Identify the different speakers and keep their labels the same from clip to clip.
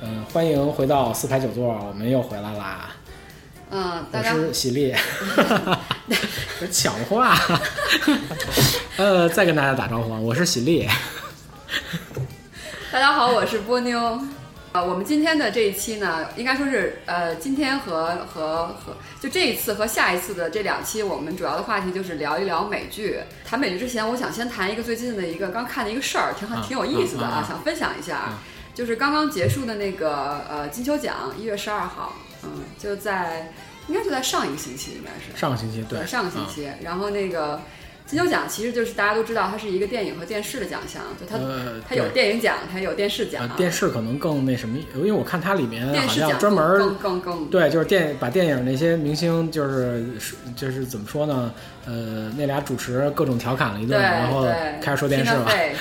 Speaker 1: 嗯，欢迎回到四排九座，我们又回来啦。
Speaker 2: 嗯，大
Speaker 1: 我
Speaker 2: 家
Speaker 1: 是喜 力，抢话。 呃，再跟大家打招呼，啊，我是喜力。
Speaker 2: 大家好，我是波妞。啊，我们今天的这一期呢，应该说是呃，今天和和和就这一次和下一次的这两期，我们主要的话题就是聊一聊美剧。谈美剧之前，我想先谈一个最近的一个刚看的一个事儿，挺好，
Speaker 1: 啊
Speaker 2: 挺有意思的
Speaker 1: 啊啊
Speaker 2: 想分享一下。
Speaker 1: 啊
Speaker 2: 就是刚刚结束的那个呃金球奖，一月十二号，嗯，就在应该就在上一个星期，应该是
Speaker 1: 上个星期对，嗯
Speaker 2: 呃
Speaker 1: 啊
Speaker 2: 上个星期。然后那个金球奖其实就是大家都知道，它是一个电影和电视的奖项，就它、
Speaker 1: 呃
Speaker 2: 它有
Speaker 1: 对
Speaker 2: 电影奖，它有电视
Speaker 1: 啊、
Speaker 2: 奖，
Speaker 1: 电视可能更那什么，因为我看它里面
Speaker 2: 电
Speaker 1: 好
Speaker 2: 视
Speaker 1: 像
Speaker 2: 奖
Speaker 1: 专门儿
Speaker 2: 更更更
Speaker 1: 对，就是电把电影那些明星，就是就是怎么说呢？呃，那俩主持各种调侃了一
Speaker 2: 对
Speaker 1: 顿，然后
Speaker 2: 对，
Speaker 1: 开始说电视
Speaker 2: Tina
Speaker 1: 了。
Speaker 2: Fey，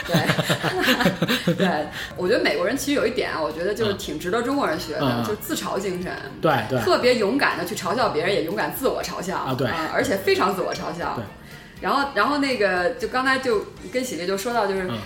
Speaker 2: 对 对，我觉得美国人其实有一点，啊我觉得就是
Speaker 1: 嗯
Speaker 2: 挺值得中国人学的，
Speaker 1: 嗯嗯
Speaker 2: 就是自嘲精神。
Speaker 1: 对对
Speaker 2: 特别勇敢的去嘲笑别人，也勇敢自我嘲笑
Speaker 1: 啊对
Speaker 2: 而且非常自我嘲笑
Speaker 1: 对。
Speaker 2: 然后，然后那个就刚才就跟喜力就说到，就是、
Speaker 1: 嗯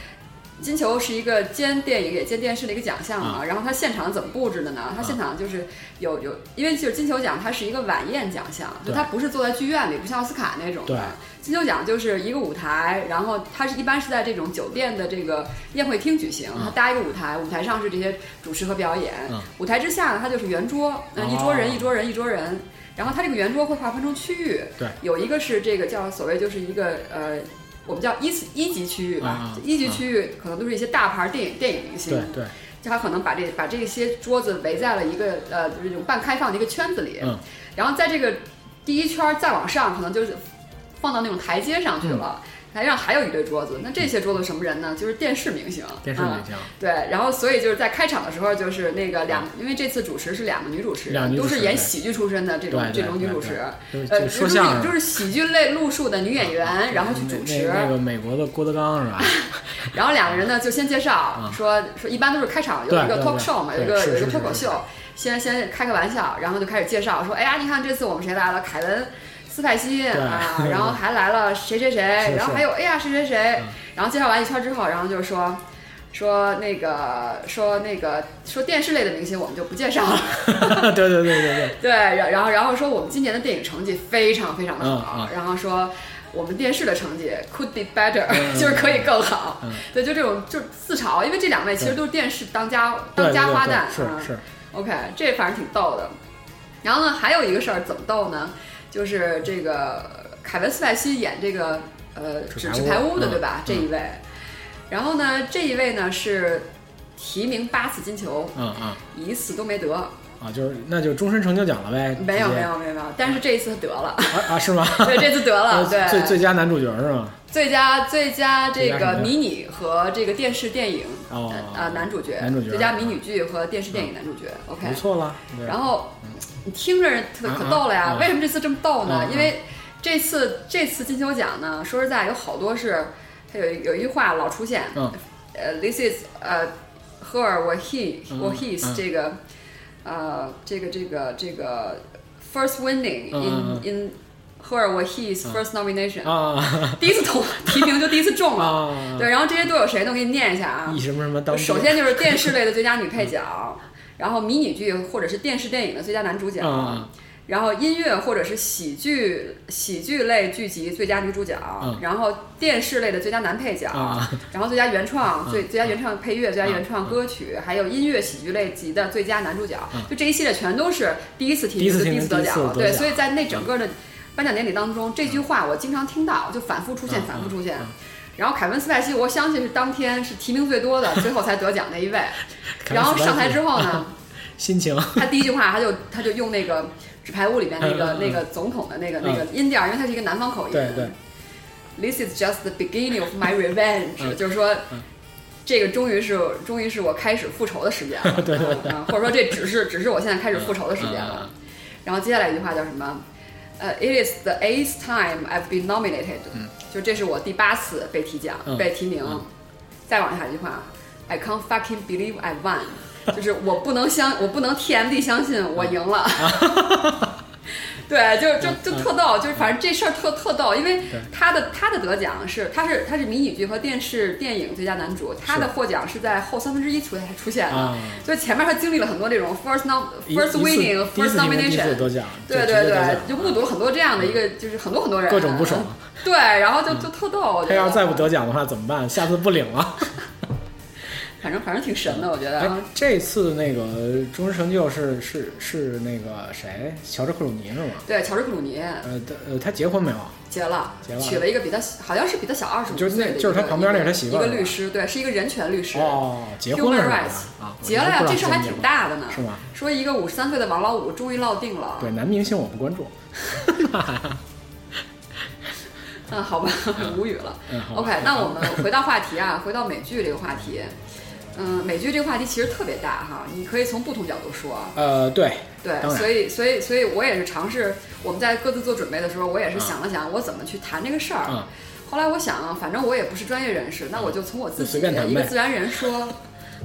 Speaker 2: 金球是一个兼电影也兼电视的一个奖项
Speaker 1: 嗯
Speaker 2: 嘛。然后它现场怎么布置的呢？它现场就是有有，因为就是金球奖它是一个晚宴奖项，就
Speaker 1: 对
Speaker 2: 它不是坐在剧院里，不像奥斯卡那种的
Speaker 1: 对
Speaker 2: 金球奖就是一个舞台，然后它是一般是在这种酒店的这个宴会厅举行，
Speaker 1: 嗯
Speaker 2: 它搭一个舞台，舞台上是这些主持和表演，
Speaker 1: 嗯
Speaker 2: 舞台之下呢，它就是圆桌，嗯，一桌人
Speaker 1: 哦
Speaker 2: 一桌人一桌人，然后它这个圆桌会划分成区域，
Speaker 1: 对，
Speaker 2: 有一个是这个叫所谓就是一个呃，我们叫一次一级区域吧
Speaker 1: 嗯，嗯
Speaker 2: 一级区域可能都是一些大牌电影电影明星，
Speaker 1: 对对，
Speaker 2: 就他可能把这把这些桌子围在了一个呃就是这种半开放的一个圈子里，
Speaker 1: 嗯
Speaker 2: 然后在这个第一圈儿再往上，可能就是放到那种台阶上去
Speaker 1: 嗯
Speaker 2: 了。台阶上还有一堆桌子，那这些桌子什么人呢？就是电视明星，
Speaker 1: 电视
Speaker 2: 啊
Speaker 1: 明星，
Speaker 2: 对，然后所以就是在开场的时候，就是那个两，因为这次主持是两个女主持
Speaker 1: 两
Speaker 2: 人，
Speaker 1: 女主
Speaker 2: 都
Speaker 1: 持
Speaker 2: 是演喜剧出身的这种
Speaker 1: 对对
Speaker 2: 这种女主
Speaker 1: 对
Speaker 2: 持
Speaker 1: 对，就是
Speaker 2: 呃，
Speaker 1: 就
Speaker 2: 就
Speaker 1: 说
Speaker 2: 是
Speaker 1: 相声啊
Speaker 2: 就。是喜剧类路数的女演员，然后去主持
Speaker 1: 那，那那个美国的郭德纲是吧？
Speaker 2: 然后两个人呢就先介绍
Speaker 1: 嗯
Speaker 2: 说说一般都是开场有
Speaker 1: 对
Speaker 2: 一个
Speaker 1: 对
Speaker 2: talk
Speaker 1: 对
Speaker 2: show 嘛，有一
Speaker 1: 对
Speaker 2: 个
Speaker 1: 是
Speaker 2: 有一
Speaker 1: 是
Speaker 2: 个脱
Speaker 1: 是
Speaker 2: 口
Speaker 1: 是
Speaker 2: 秀，先先开个玩笑，然后就开始介绍说，哎呀，你看这次我们谁来了？凯文。斯派西啊， 然后还来了谁谁谁，
Speaker 1: 是
Speaker 2: 然后
Speaker 1: 是
Speaker 2: 还有哎呀谁谁谁
Speaker 1: 嗯，
Speaker 2: 然后介绍完一圈之后，然后就是说说那个说那个说电视类的明星我们就不介绍了，
Speaker 1: 对对对对对，
Speaker 2: 对，然然后然后说我们今年的电影成绩非常非常的好，
Speaker 1: 嗯
Speaker 2: 然后说我们电视的成绩 could be better，、
Speaker 1: 嗯
Speaker 2: 就是可以更好。
Speaker 1: 嗯
Speaker 2: 对，就这种就是自嘲，因为这两位其实
Speaker 1: 对
Speaker 2: 都是电视当家
Speaker 1: 对
Speaker 2: 当
Speaker 1: 对
Speaker 2: 家
Speaker 1: 对
Speaker 2: 花
Speaker 1: 对
Speaker 2: 旦。
Speaker 1: 是
Speaker 2: 嗯
Speaker 1: 是，
Speaker 2: OK，这反正挺逗的。然后呢，还有一个事儿怎么逗呢？就是这个凯文·斯派西演这个呃
Speaker 1: 纸
Speaker 2: 纸
Speaker 1: 牌
Speaker 2: 纸
Speaker 1: 屋
Speaker 2: 牌屋的，
Speaker 1: 嗯
Speaker 2: 对吧？这一位。然后呢，这一位呢是提名八次金球，
Speaker 1: 嗯嗯
Speaker 2: 一次都没得。
Speaker 1: 啊，就是那就终身成就奖了呗？
Speaker 2: 没有
Speaker 1: 直接啊
Speaker 2: 没有没有没有，但是这一次 得了，
Speaker 1: 啊啊是吗？
Speaker 2: 对，这次得了，对，
Speaker 1: 最最佳男主角是吗？
Speaker 2: 最佳最佳这
Speaker 1: 最佳什么
Speaker 2: 个
Speaker 1: 呀
Speaker 2: 迷你和这个电视电影
Speaker 1: 哦
Speaker 2: 呃男主角，
Speaker 1: 男主角
Speaker 2: 最佳迷你剧和电视电影男主角，OK，
Speaker 1: 不错了。对
Speaker 2: 然后你听着特
Speaker 1: 嗯
Speaker 2: 可
Speaker 1: 嗯
Speaker 2: 逗了呀，
Speaker 1: 嗯
Speaker 2: 为什么这次这么逗呢？
Speaker 1: 嗯嗯
Speaker 2: 因为这次这次金球奖呢，说实在有好多是，它有一有一句话老出现，
Speaker 1: 嗯
Speaker 2: 呃，this Uh, is 呃 her or he
Speaker 1: 嗯
Speaker 2: or his、
Speaker 1: 嗯
Speaker 2: 这个呃这个这个这个 first winning
Speaker 1: 嗯嗯
Speaker 2: in、in her or his first nomination，、
Speaker 1: Uh. 啊
Speaker 2: 第一次投 提名就第一次
Speaker 1: 啊
Speaker 2: 中了。
Speaker 1: 啊！
Speaker 2: 对，然后这些都有谁呢？我给你念一下啊。
Speaker 1: 以什么什么当
Speaker 2: 首先就是电视类的最佳女配角，然后迷你剧或者是电视电影的最佳男主角，
Speaker 1: 啊
Speaker 2: 然后音乐或者是喜剧喜剧类剧集最佳女主角，
Speaker 1: 嗯
Speaker 2: 然后电视类的最佳男配角，
Speaker 1: 啊
Speaker 2: 然后最佳原创、
Speaker 1: 嗯
Speaker 2: 最最佳原创配乐、最佳原创歌曲，还有音乐喜剧类级的最佳男主角，就这一系列全都是第一次
Speaker 1: 嗯
Speaker 2: 提
Speaker 1: 第一次
Speaker 2: 名，
Speaker 1: 提
Speaker 2: 第一
Speaker 1: 名
Speaker 2: 次得
Speaker 1: 第一
Speaker 2: 奖，
Speaker 1: 次得
Speaker 2: 对，
Speaker 1: 奖嗯
Speaker 2: 所以在那整个的颁奖典礼当中，这句话我经常听到，就反复出现，
Speaker 1: 嗯
Speaker 2: 反复出现
Speaker 1: 嗯嗯。
Speaker 2: 然后凯文·斯派西，我相信是当天是提名最多的，最后才得奖那一位。然后上台之后呢，
Speaker 1: 心情
Speaker 2: 他第一句话他就他就用那个《纸牌屋》里面那
Speaker 1: 嗯
Speaker 2: 个
Speaker 1: 嗯嗯
Speaker 2: 那个总统的那个
Speaker 1: 嗯
Speaker 2: 那个音调，因为他是一个南方口音。
Speaker 1: 对对
Speaker 2: This is just the beginning of my revenge，
Speaker 1: 嗯
Speaker 2: 就是说
Speaker 1: 嗯，
Speaker 2: 这个终于是终于是我开始复仇的时间 了，
Speaker 1: 对对嗯
Speaker 2: 嗯嗯或者说这只是只是我现在开始复仇的时间了。然后接下来一句话叫什么？呃、i t is the eighth time I've been nominated，、
Speaker 1: 嗯
Speaker 2: 就这是我第八次被提奖、
Speaker 1: 嗯
Speaker 2: 被提名。
Speaker 1: 嗯
Speaker 2: 再往下一句话，I can't fucking believe I won，就是我不能相，我不能 TMD 相信我赢了。对，就
Speaker 1: 嗯
Speaker 2: 就就特逗，就是反正这事儿特特逗，因为他的他的得奖是他是他是迷你剧和电视电影最佳男主，他的获奖是在后三分之一出出现的，
Speaker 1: 啊，
Speaker 2: 就前面他经历了很多这种 first nom
Speaker 1: 一
Speaker 2: first
Speaker 1: 一次
Speaker 2: winning
Speaker 1: 第一
Speaker 2: first
Speaker 1: 次提名第一
Speaker 2: nomination，
Speaker 1: 次得奖，
Speaker 2: 对
Speaker 1: 就
Speaker 2: 对
Speaker 1: 直接得
Speaker 2: 对
Speaker 1: 奖，嗯
Speaker 2: 就目睹了很多这样的一个，就是很多很多人
Speaker 1: 各种不爽。嗯
Speaker 2: 对，然后就就特逗，我觉
Speaker 1: 他要
Speaker 2: 得
Speaker 1: 是再不得奖的话怎么办？下次不领了。
Speaker 2: 反正反正挺神的，我觉
Speaker 1: 哎
Speaker 2: 得。，
Speaker 1: 这次那个终身成就是是是那个谁，乔治克鲁尼是吗？
Speaker 2: 对，乔治克鲁尼
Speaker 1: 呃，他呃，他结婚没有？
Speaker 2: 结了
Speaker 1: 结，了
Speaker 2: 娶了一个比他好像是比他小二十五
Speaker 1: 就
Speaker 2: 岁
Speaker 1: 是
Speaker 2: 的
Speaker 1: 那
Speaker 2: 一个，
Speaker 1: 就是他旁边那是他媳妇
Speaker 2: 一
Speaker 1: 儿
Speaker 2: 个
Speaker 1: 吧
Speaker 2: 律师，对，是一个人权律师。
Speaker 1: 哦，结
Speaker 2: Human
Speaker 1: 婚了是
Speaker 2: rights
Speaker 1: 吧？啊，我
Speaker 2: 结
Speaker 1: 都
Speaker 2: 了呀
Speaker 1: 不，知道
Speaker 2: 这事儿还
Speaker 1: 结没
Speaker 2: 挺
Speaker 1: 结
Speaker 2: 大的呢。
Speaker 1: 是吗？
Speaker 2: 说一个五十三岁的王老五终于落定了。
Speaker 1: 对，男明星我不关注。
Speaker 2: 嗯，好吧，无语了。
Speaker 1: 嗯，好吧
Speaker 2: OK，那我们回到话题啊，回到美剧这个话题。嗯，美剧这个话题其实特别大哈，你可以从不同角度说。
Speaker 1: 呃，对，
Speaker 2: 对
Speaker 1: 当，然
Speaker 2: 所以所以所以我也是尝试，我们在各自做准备的时候，我也是想了想我怎么去谈这个事儿。
Speaker 1: 嗯
Speaker 2: 后来我想，啊反正我也不是专业人士，那我就从我自
Speaker 1: 就
Speaker 2: 己
Speaker 1: 随便谈
Speaker 2: 一个
Speaker 1: 呗
Speaker 2: 自然人说。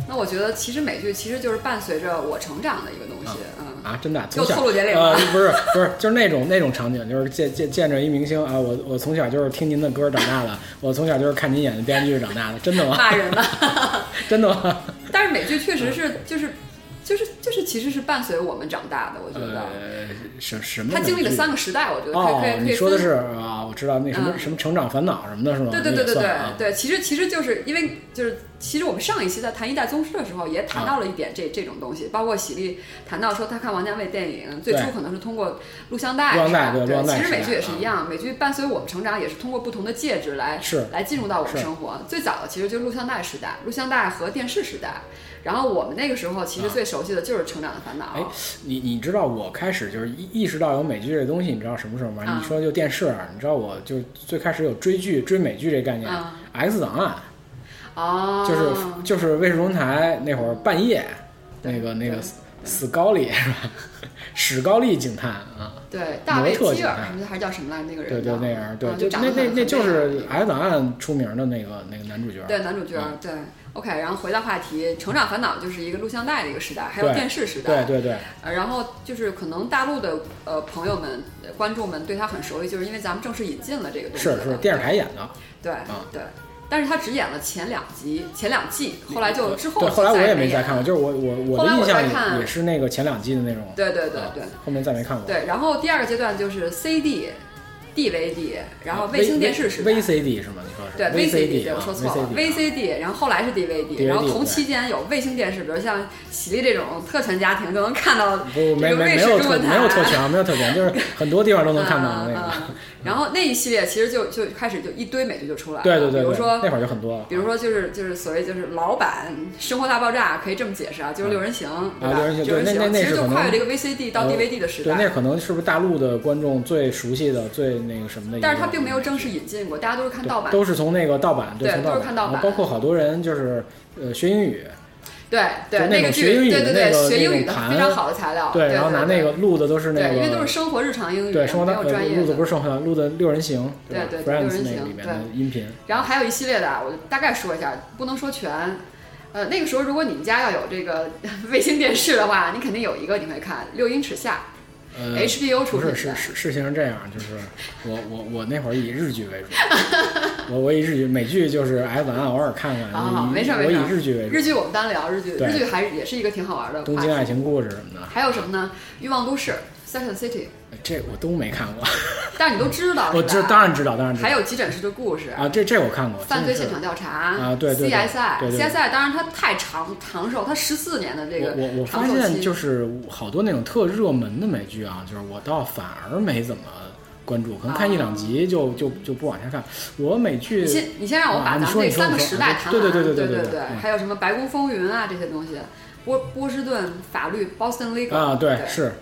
Speaker 2: 那我觉得其实美剧其实就是伴随着我成长的一个东西，嗯，
Speaker 1: 啊，真的啊，
Speaker 2: 又
Speaker 1: 从小
Speaker 2: 透露年龄
Speaker 1: 呃
Speaker 2: 了。，
Speaker 1: 不是不是，就是那种那种场景，就是见见见着一明星啊，我我从小就是听您的歌长大的，我从小就是看您演的电视剧长大的，真的吗？
Speaker 2: 骂人了，
Speaker 1: 真的吗？
Speaker 2: 但是美剧确实是就是就是就是其实是伴随我们长大的，我觉得
Speaker 1: 呃，什什么？
Speaker 2: 他经历了三个时代，我觉得可以
Speaker 1: 哦
Speaker 2: 可以，可
Speaker 1: 你
Speaker 2: 以
Speaker 1: 说的
Speaker 2: 分
Speaker 1: 是啊，我知道那什么
Speaker 2: 嗯
Speaker 1: 什么成长烦恼什么的是吗？
Speaker 2: 对对对
Speaker 1: 那也
Speaker 2: 对对
Speaker 1: 算啊
Speaker 2: 对，其实其实就是因为就是其实我们上一期在谈一代宗师的时候也谈
Speaker 1: 啊
Speaker 2: 到了一点这、这种东西，包括喜力谈到说他看王家卫电影最初
Speaker 1: 对
Speaker 2: 可能是通过录像带，
Speaker 1: 录像带
Speaker 2: 是吧
Speaker 1: 对录像带
Speaker 2: 其实
Speaker 1: 时代啊
Speaker 2: 美剧也是一样，美剧伴随我们成长也是通过不同的介质来
Speaker 1: 是
Speaker 2: 来进入到我们
Speaker 1: 是
Speaker 2: 生活。最早的其实就是录像带时代，录像带和电视时代。然后我们那个时候其实最熟悉的就是《成长的烦恼》
Speaker 1: 啊哎你你知道我开始就是意意识到有美剧这东西，你知道什么时候吗？
Speaker 2: 啊
Speaker 1: 你说就电视，你知道我就最开始有追剧、追美剧这概念，
Speaker 2: 啊
Speaker 1: x 档案》
Speaker 2: 哦，
Speaker 1: 就是就是卫视中台那会儿半夜，那个那
Speaker 2: 对
Speaker 1: 个死死高丽是吧？史高丽警探啊，
Speaker 2: 对大卫
Speaker 1: 模特
Speaker 2: 基
Speaker 1: 警
Speaker 2: 尔
Speaker 1: 探
Speaker 2: 什么的，还是叫什么来那个人
Speaker 1: 对对
Speaker 2: 的
Speaker 1: 那样，对
Speaker 2: 嗯
Speaker 1: 就
Speaker 2: 长
Speaker 1: 那
Speaker 2: 得
Speaker 1: 那
Speaker 2: 很
Speaker 1: 那就
Speaker 2: 很
Speaker 1: 是
Speaker 2: 美
Speaker 1: 《X 档案》出名的那个那个男主角，
Speaker 2: 对，男主角，
Speaker 1: 嗯
Speaker 2: 对，OK。然后回到话题，《成长烦恼》就是一个录像带的一个时代，还有
Speaker 1: 对
Speaker 2: 电视时
Speaker 1: 对
Speaker 2: 代。
Speaker 1: 对对，
Speaker 2: 呃然后就是可能大陆的呃朋友们、呃观众们对他很熟悉，就是因为咱们正式引进了这个东西了。
Speaker 1: 是是电视台演的，
Speaker 2: 对
Speaker 1: 啊
Speaker 2: 对。但是他只演了前两集、前两季，后来就之后
Speaker 1: 嗯对，后来我也没再
Speaker 2: 再
Speaker 1: 看过，就是我我我
Speaker 2: 后来
Speaker 1: 的
Speaker 2: 我
Speaker 1: 印象
Speaker 2: 再看
Speaker 1: 也也是那个前两季的那种，
Speaker 2: 对对对
Speaker 1: 啊
Speaker 2: 对
Speaker 1: 后面再没看过。
Speaker 2: 对。然后第二个阶段就是 CD、DVD，然后卫星电视时代。
Speaker 1: ，VCD 是吗？你说是？
Speaker 2: 对
Speaker 1: VCD，
Speaker 2: 对
Speaker 1: 啊
Speaker 2: 我说错了
Speaker 1: VCD 啊
Speaker 2: ，VCD，然后后来是 DVD，
Speaker 1: DVD
Speaker 2: 然后同期间有卫星电视，比如像喜力这种特权家庭就能看到
Speaker 1: 啊不没没
Speaker 2: 这个卫
Speaker 1: 没
Speaker 2: 视
Speaker 1: 有
Speaker 2: 中
Speaker 1: 特
Speaker 2: 文台，
Speaker 1: 没有特权，啊没有特权，就是很多地方都能 看到那
Speaker 2: 嗯
Speaker 1: 个。
Speaker 2: 嗯然后那一系列其实就就开始就一堆美剧就出来了，
Speaker 1: 对对对，
Speaker 2: 比如
Speaker 1: 对
Speaker 2: 说
Speaker 1: 那会儿就很多了，
Speaker 2: 比如说就是就是所谓就是老版《生活大爆炸》，可以这么解释啊，就是六人行，对
Speaker 1: 嗯
Speaker 2: 吧？
Speaker 1: 六人行对
Speaker 2: 六人
Speaker 1: 那那
Speaker 2: 行
Speaker 1: 那
Speaker 2: 其
Speaker 1: 是
Speaker 2: 实就
Speaker 1: 可能
Speaker 2: 跨越这个 VCD 到
Speaker 1: 呃
Speaker 2: DVD 的时
Speaker 1: 对，那
Speaker 2: 代。
Speaker 1: 可能是不是大陆的观众最熟悉的、最那个什么的一个？
Speaker 2: 但是它并没有正式引进过，大家都是看
Speaker 1: 对
Speaker 2: 盗版。
Speaker 1: 都是从那个盗版，
Speaker 2: 对
Speaker 1: 从
Speaker 2: 都
Speaker 1: 盗
Speaker 2: 是看盗版
Speaker 1: 然后包括好多人就是呃学英语，
Speaker 2: 对
Speaker 1: 就
Speaker 2: 对，
Speaker 1: 那
Speaker 2: 个
Speaker 1: 种
Speaker 2: 剧，
Speaker 1: 学英语
Speaker 2: 对对
Speaker 1: 那
Speaker 2: 对，
Speaker 1: 个
Speaker 2: 学英语
Speaker 1: 那
Speaker 2: 的
Speaker 1: 种
Speaker 2: 非常
Speaker 1: 盘
Speaker 2: 好的材料。哦对，
Speaker 1: 然后拿
Speaker 2: 对
Speaker 1: 那个录的都是那个
Speaker 2: 对，因为都是生活日常英语，
Speaker 1: 对，生活
Speaker 2: 没
Speaker 1: 大
Speaker 2: 有
Speaker 1: 呃
Speaker 2: 专业
Speaker 1: 录的不
Speaker 2: 的。
Speaker 1: 是生活大录的六人行，吧
Speaker 2: 对对对六
Speaker 1: ？Friends
Speaker 2: 人
Speaker 1: 那个
Speaker 2: 行
Speaker 1: 里面
Speaker 2: 对
Speaker 1: 的音频，
Speaker 2: 然后还有一系列的啊，我就大概说一下，不能说全。呃，那个时候如果你们家要有这个 卫星电视的话，你肯定有一个你会看六英尺下
Speaker 1: 呃，
Speaker 2: HBO 出
Speaker 1: 不
Speaker 2: 品
Speaker 1: 是是
Speaker 2: 的。
Speaker 1: 是事情是这样，就是我我我那会儿以日剧为主，我我以日剧美剧就是 F 版偶尔看看，
Speaker 2: 好好
Speaker 1: 以
Speaker 2: 哦没事儿
Speaker 1: 我
Speaker 2: 没事
Speaker 1: 以
Speaker 2: 儿
Speaker 1: 日剧为主，
Speaker 2: 日剧我们单聊日剧，
Speaker 1: 对
Speaker 2: 日剧还是也是一个挺好玩的
Speaker 1: 东
Speaker 2: 话
Speaker 1: 京爱
Speaker 2: 题。
Speaker 1: 情故事什么的，哎
Speaker 2: 还有什么呢？欲望都市 （Sex and City），
Speaker 1: 这我都没看过，
Speaker 2: 但是你都知道，
Speaker 1: 我
Speaker 2: 是
Speaker 1: 知哦
Speaker 2: 吧
Speaker 1: 当然知道当然知道
Speaker 2: 还有急诊室的故事。
Speaker 1: 啊，这这我看过，
Speaker 2: 犯罪
Speaker 1: 真
Speaker 2: 现
Speaker 1: 的是
Speaker 2: 场调查
Speaker 1: 啊对对对对对对
Speaker 2: CSI，CSI 当然它太长长寿，它十四年的这
Speaker 1: 我
Speaker 2: 个
Speaker 1: 我我发
Speaker 2: 长寿
Speaker 1: 现
Speaker 2: 期。
Speaker 1: 就是好多那种特热门的美剧啊，就是我倒反而没怎么关注，可能看一两集就就就不往下看。我美剧
Speaker 2: 哦你先，你先让我把
Speaker 1: 啊
Speaker 2: 咱
Speaker 1: 你
Speaker 2: 们
Speaker 1: 说
Speaker 2: 这
Speaker 1: 你说
Speaker 2: 三个
Speaker 1: 你说
Speaker 2: 时代谈完。
Speaker 1: 对对对
Speaker 2: 对
Speaker 1: 对
Speaker 2: 对
Speaker 1: 对对对嗯
Speaker 2: 还有什么《白宫风云》啊这些东西，波波士顿法律 （Boston Legal）
Speaker 1: 啊，对
Speaker 2: 对
Speaker 1: 是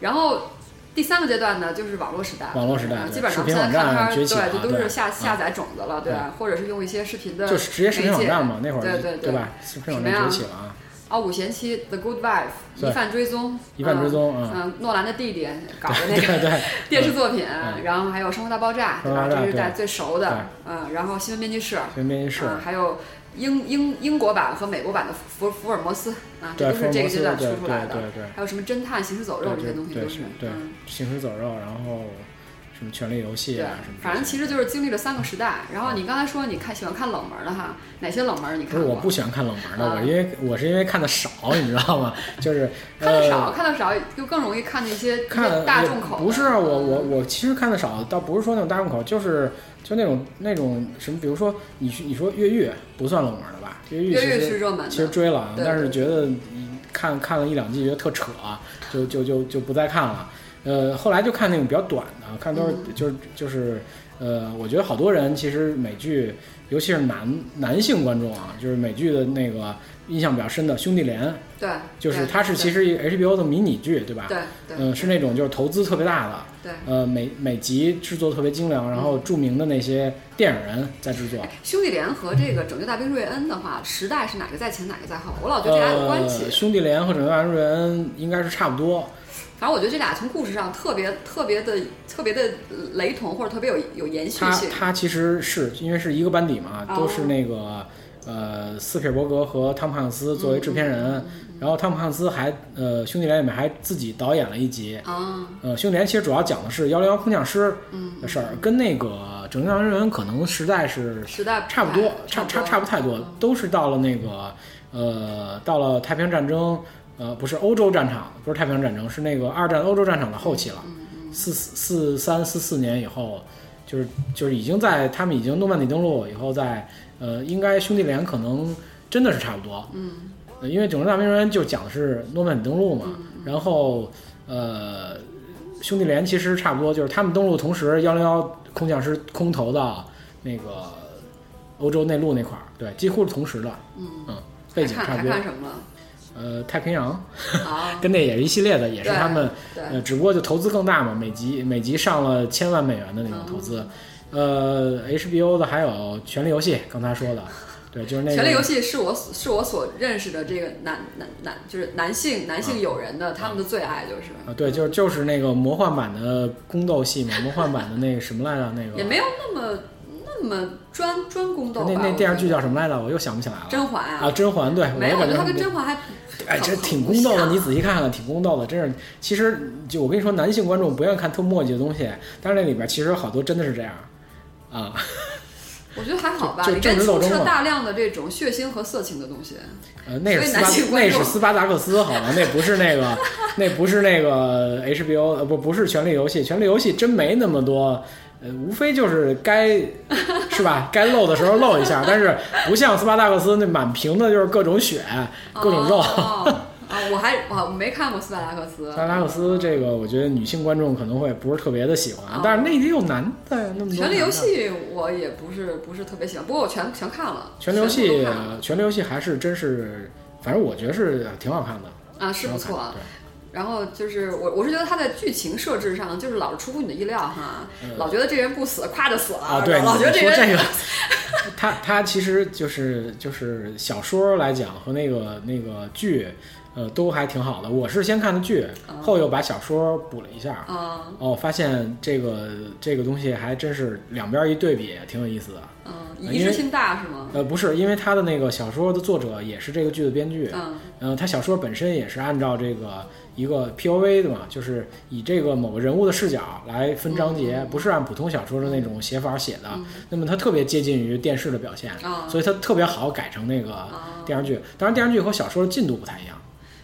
Speaker 2: 然后第三个阶段呢，就是网络时代。
Speaker 1: 网络时代
Speaker 2: 啊
Speaker 1: 对
Speaker 2: 基本上
Speaker 1: 视频
Speaker 2: 现在
Speaker 1: 网
Speaker 2: 看
Speaker 1: 站
Speaker 2: 片儿，
Speaker 1: 崛起
Speaker 2: 对，
Speaker 1: 啊
Speaker 2: 这都
Speaker 1: 对
Speaker 2: 是下
Speaker 1: 啊
Speaker 2: 下载种子了，对吧，或者是用一些视频的
Speaker 1: 就直接视频网站嘛，
Speaker 2: 媒
Speaker 1: 那会
Speaker 2: 介
Speaker 1: 儿
Speaker 2: 对
Speaker 1: 就
Speaker 2: 对
Speaker 1: 对？吧？视频网
Speaker 2: 什么呀
Speaker 1: 站崛起了啊，
Speaker 2: 啊，五贤妻、The Good Wife、
Speaker 1: 对
Speaker 2: 疑犯追踪、
Speaker 1: 疑犯追踪
Speaker 2: 嗯
Speaker 1: 啊，
Speaker 2: 嗯，诺兰的弟弟 搞的那
Speaker 1: 对
Speaker 2: 个
Speaker 1: 对对
Speaker 2: 电视作品
Speaker 1: 嗯，
Speaker 2: 然后还有《生活大爆炸》，对吧？
Speaker 1: 生活大爆炸
Speaker 2: 这是大家
Speaker 1: 对
Speaker 2: 最熟的，嗯，然后《新闻编辑室》，
Speaker 1: 全编辑室
Speaker 2: 嗯，还有英英英国版和美国版的福福尔摩斯啊，这
Speaker 1: 对，
Speaker 2: 都
Speaker 1: 福
Speaker 2: 是
Speaker 1: 尔
Speaker 2: 这
Speaker 1: 摩斯，
Speaker 2: 个阶
Speaker 1: 对
Speaker 2: 段出
Speaker 1: 对
Speaker 2: 出来的。
Speaker 1: 对对
Speaker 2: 还有什么侦探、行尸走肉这些东西
Speaker 1: 对对
Speaker 2: 都是
Speaker 1: 是，对
Speaker 2: 嗯，
Speaker 1: 行尸走肉，然后什么权力游戏
Speaker 2: 对
Speaker 1: 啊什么这些，，
Speaker 2: 反正其实就是经历了三个时代。然后你刚才说你看喜欢看冷门的哈，哪些冷门你
Speaker 1: 不
Speaker 2: 看
Speaker 1: 是
Speaker 2: 过？
Speaker 1: 我不喜欢看冷门的，
Speaker 2: 啊
Speaker 1: 我因为我是因为看的少，你知道吗？就是
Speaker 2: 看的少，
Speaker 1: 呃
Speaker 2: 看的少就更容易看那些
Speaker 1: 看
Speaker 2: 大
Speaker 1: 也
Speaker 2: 众口的。
Speaker 1: 不是啊，我我我其实看的少，倒不是说那种大众口，就是就那种那种什么，比如说你去你说越狱不算冷门的吧？越狱
Speaker 2: 越
Speaker 1: 其
Speaker 2: 狱
Speaker 1: 实
Speaker 2: 是热门的，
Speaker 1: 其实追了，啊
Speaker 2: 对
Speaker 1: 但是觉得看看了一两季觉得特扯，就就就就不再看了。呃，后来就看那种比较短的，看都是、
Speaker 2: 嗯
Speaker 1: 就是就是呃，我觉得好多人其实美剧，尤其是男男性观众啊，就是美剧的那个印象比较深的《兄弟连》，
Speaker 2: 对，
Speaker 1: 就是
Speaker 2: 对
Speaker 1: 它是其实一 HBO 的迷你剧，对吧？
Speaker 2: 对对
Speaker 1: 嗯、是那种就是投资特别大的，
Speaker 2: 对。
Speaker 1: 呃，每每集制作特别精良，然后著名的那些电影人在制作。
Speaker 2: 哎兄弟连和这个拯救大兵瑞恩的话，时代是哪个在前，哪个在后？我老觉得这俩有关系
Speaker 1: 呃、。兄弟连和拯救大兵瑞恩应该是差不多，
Speaker 2: 反正我觉得这俩从故事上特别特别的特别的雷同，或者特别有有延续
Speaker 1: 他
Speaker 2: 性。
Speaker 1: 他其实是因为是一个班底嘛，
Speaker 2: 哦
Speaker 1: 都是那个呃斯皮尔伯格和汤姆汉克斯作为制片
Speaker 2: 嗯
Speaker 1: 人，然后汤姆汉克斯还呃兄弟连里面还自己导演了一集。
Speaker 2: 啊，
Speaker 1: 呃，兄弟连其实主要讲的是幺零幺空降师的事儿，跟那个拯救大兵瑞恩可能时代是
Speaker 2: 时代
Speaker 1: 差不多，嗯差
Speaker 2: 差
Speaker 1: 差差不太多，都是到了那个呃，到了太平洋战争，呃，不是欧洲战场，不是太平洋战争，是那个二战欧洲战场的后期了，四四三四四年以后，就是就是已经在他们已经诺曼底登陆以后在，呃，应该兄弟连可能真的是差不多，嗯，因为《拯救大兵瑞恩》就讲的是诺曼底登陆嘛，然后呃。兄弟连其实差不多，就是他们登陆同时，幺零幺空降师空投到那个欧洲内陆那块儿，对，几乎是同时的，嗯背景
Speaker 2: 还
Speaker 1: 差
Speaker 2: 看
Speaker 1: 不
Speaker 2: 还
Speaker 1: 多。
Speaker 2: 看什么了？
Speaker 1: 呃，太平洋
Speaker 2: 啊，
Speaker 1: 跟那也是一系列的，也是
Speaker 2: 对
Speaker 1: 他们
Speaker 2: 对，
Speaker 1: 呃，只不过就投资更大嘛，每集每集上了千万美元的那
Speaker 2: 嗯
Speaker 1: 种投资。呃，HBO 的还有《权力游戏》，刚才 说的，对，就是那个
Speaker 2: 权力游戏》是我所是我所认识的这个男男男，就是男性男性友人的他们的最爱，就是
Speaker 1: 啊，对，就是就是那个魔幻版的宫斗戏嘛，魔幻版的那个什么来着？那个
Speaker 2: 也没有那么那么专专宫斗吧。
Speaker 1: 那那
Speaker 2: 我
Speaker 1: 电视
Speaker 2: 觉
Speaker 1: 剧
Speaker 2: 得
Speaker 1: 叫什么来着？我又想不起来了。
Speaker 2: 甄嬛
Speaker 1: 啊，，甄嬛，对，我
Speaker 2: 没
Speaker 1: 也
Speaker 2: 有，我
Speaker 1: 感觉
Speaker 2: 觉得他
Speaker 1: 很
Speaker 2: 跟甄嬛还
Speaker 1: 哎，
Speaker 2: 很
Speaker 1: 这
Speaker 2: 很
Speaker 1: 挺
Speaker 2: 不
Speaker 1: 宫斗的，
Speaker 2: 像
Speaker 1: 你仔细看看，挺宫斗的，真是。其实就我跟你说，男性观众不愿意看特墨迹的东西，但是那里边其实有好多真的是这样，啊，
Speaker 2: 我觉得还好吧，
Speaker 1: 就就
Speaker 2: 里面
Speaker 1: 政治斗
Speaker 2: 充
Speaker 1: 争
Speaker 2: 斥了
Speaker 1: 嘛
Speaker 2: 大量的这种血腥和色情的东西。
Speaker 1: 呃，那是
Speaker 2: 所以
Speaker 1: 斯
Speaker 2: 男
Speaker 1: 巴
Speaker 2: 性观
Speaker 1: 那
Speaker 2: 众
Speaker 1: 是斯巴达克斯，好吧，那不是那 个，那不是那个 HBO，呃，不不是《权力游戏》，《权力游戏》真没那么多。呃，无非就是 该是吧，该露的时候露一下，但是不像斯巴达克斯那满屏的就是各种血、各种肉。
Speaker 2: 哦啊，我还我没看过斯巴达克斯。
Speaker 1: 萨拉克斯这个，我觉得女性观众可能会不是特别的喜欢，啊
Speaker 2: 哦
Speaker 1: 但是那里有男的呀，那么多。
Speaker 2: 权力游，戏我也不是不是特别喜欢，不过我全全看了。
Speaker 1: 权力游
Speaker 2: 全部
Speaker 1: 戏啊
Speaker 2: 都看了，
Speaker 1: 权力游戏还是真是，反正我觉得是挺好看的，
Speaker 2: 啊是
Speaker 1: 挺
Speaker 2: 不
Speaker 1: 好
Speaker 2: 错
Speaker 1: 看。的
Speaker 2: 然后就是我我是觉得它的剧情设置上就是老是出乎你的意料哈，
Speaker 1: 嗯
Speaker 2: 老觉得这人不死，咵就死了，
Speaker 1: 对啊，对，
Speaker 2: 老
Speaker 1: 你
Speaker 2: 觉得
Speaker 1: 说
Speaker 2: 人
Speaker 1: 这个，他他其实就是就是小说来讲和那个那个剧，呃，都还挺好的。我是先看的剧，后又把小说补了一下，
Speaker 2: 嗯
Speaker 1: 哦，发现这个这个东西还真是两边一对比，挺有意思的。
Speaker 2: 嗯，
Speaker 1: 啊因
Speaker 2: 一致性大是吗？
Speaker 1: 呃，不是，因为他的那个小说的作者也是这个剧的编剧，
Speaker 2: 嗯
Speaker 1: 呃，他小说本身也是按照这个一个 POV 的嘛，就是以这个某个人物的视角来分章节，
Speaker 2: 嗯
Speaker 1: 不是按普通小说的那种写法写的。那么它特别接近于电视的表现，
Speaker 2: 啊
Speaker 1: 所以它特别好改成那个
Speaker 2: 啊，
Speaker 1: 电视剧。当然，电视剧和小说的进度不太一样，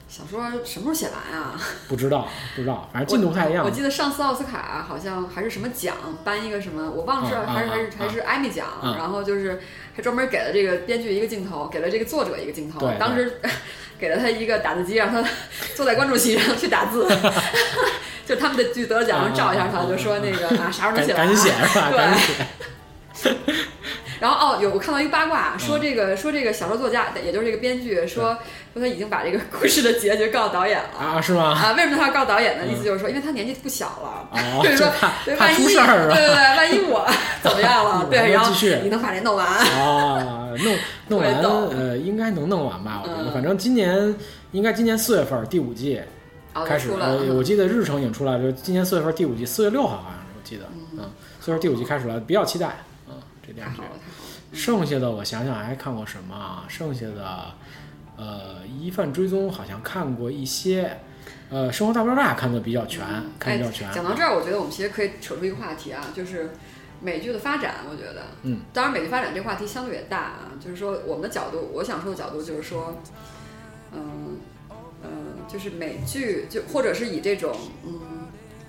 Speaker 2: 小说什么时候写完啊？
Speaker 1: 不知道不知道，反正进度不太一样
Speaker 2: 我。记得上次奥斯卡好像还是什么奖颁一个什么，我忘了是
Speaker 1: 啊啊
Speaker 2: 还是
Speaker 1: 啊
Speaker 2: 还是还是艾米奖，
Speaker 1: 啊
Speaker 2: 然后就是还专门给了这个编剧一个镜头，给了这个作者一个镜头
Speaker 1: 对，对
Speaker 2: 当时 给了他一个打字机，让他坐在观众席上去打 字， 就他们的剧得了奖，
Speaker 1: 啊
Speaker 2: 然后照一下
Speaker 1: 啊
Speaker 2: 他，
Speaker 1: 啊
Speaker 2: 就说那个啊啥时
Speaker 1: 赶
Speaker 2: 候能写完
Speaker 1: 赶紧写
Speaker 2: 啊？
Speaker 1: 是吧？
Speaker 2: 对
Speaker 1: 赶紧写。
Speaker 2: 然后哦，有我看到一个八卦，说
Speaker 1: 嗯
Speaker 2: 这个说这个小说作家，也就是这个编剧说说他已经把这个故事的结局告诉导演了。
Speaker 1: 啊，是 吗？
Speaker 2: 啊，为什么他要告导演呢？
Speaker 1: 嗯
Speaker 2: 意思就是说，因为他年纪不小了，
Speaker 1: 哦
Speaker 2: 就是
Speaker 1: 就
Speaker 2: 说
Speaker 1: 怕，
Speaker 2: 对，
Speaker 1: 怕
Speaker 2: 万
Speaker 1: 出
Speaker 2: 一，
Speaker 1: 事儿是吧
Speaker 2: 对对对，万一我 怎么样了？
Speaker 1: 我能
Speaker 2: 对，然后
Speaker 1: 继续
Speaker 2: 你能把这弄完？
Speaker 1: 啊， 弄弄
Speaker 2: 特别
Speaker 1: 完
Speaker 2: 逗
Speaker 1: 呃，应该能弄完吧？我觉得，
Speaker 2: 嗯
Speaker 1: 反正今年应该今年四月份儿第五季
Speaker 2: 然后
Speaker 1: 开
Speaker 2: 就
Speaker 1: 始，
Speaker 2: 哦出了，嗯
Speaker 1: 呃，我记得日程已经出来了，就是今年四月份儿第五季，四月六号好像是我记得，嗯，四月份儿第五季开始了，比较期待，嗯，这电
Speaker 2: 太
Speaker 1: 视剧
Speaker 2: 好。了，太好了。
Speaker 1: 剩下的我想想还看过什么啊？剩下的，呃，《疑犯追踪》好像看过一些，呃，《生活大爆炸》看的比较全，嗯看
Speaker 2: 哎
Speaker 1: 得比较全。
Speaker 2: 讲到这儿，我觉得我们其实可以扯出一个话题啊，就是美剧的发展。我觉得，
Speaker 1: 嗯，
Speaker 2: 当然美剧发展这个话题相对也大啊，就是说我们的角度，我想说的角度就是说，嗯嗯，就是美剧就或者是以这种嗯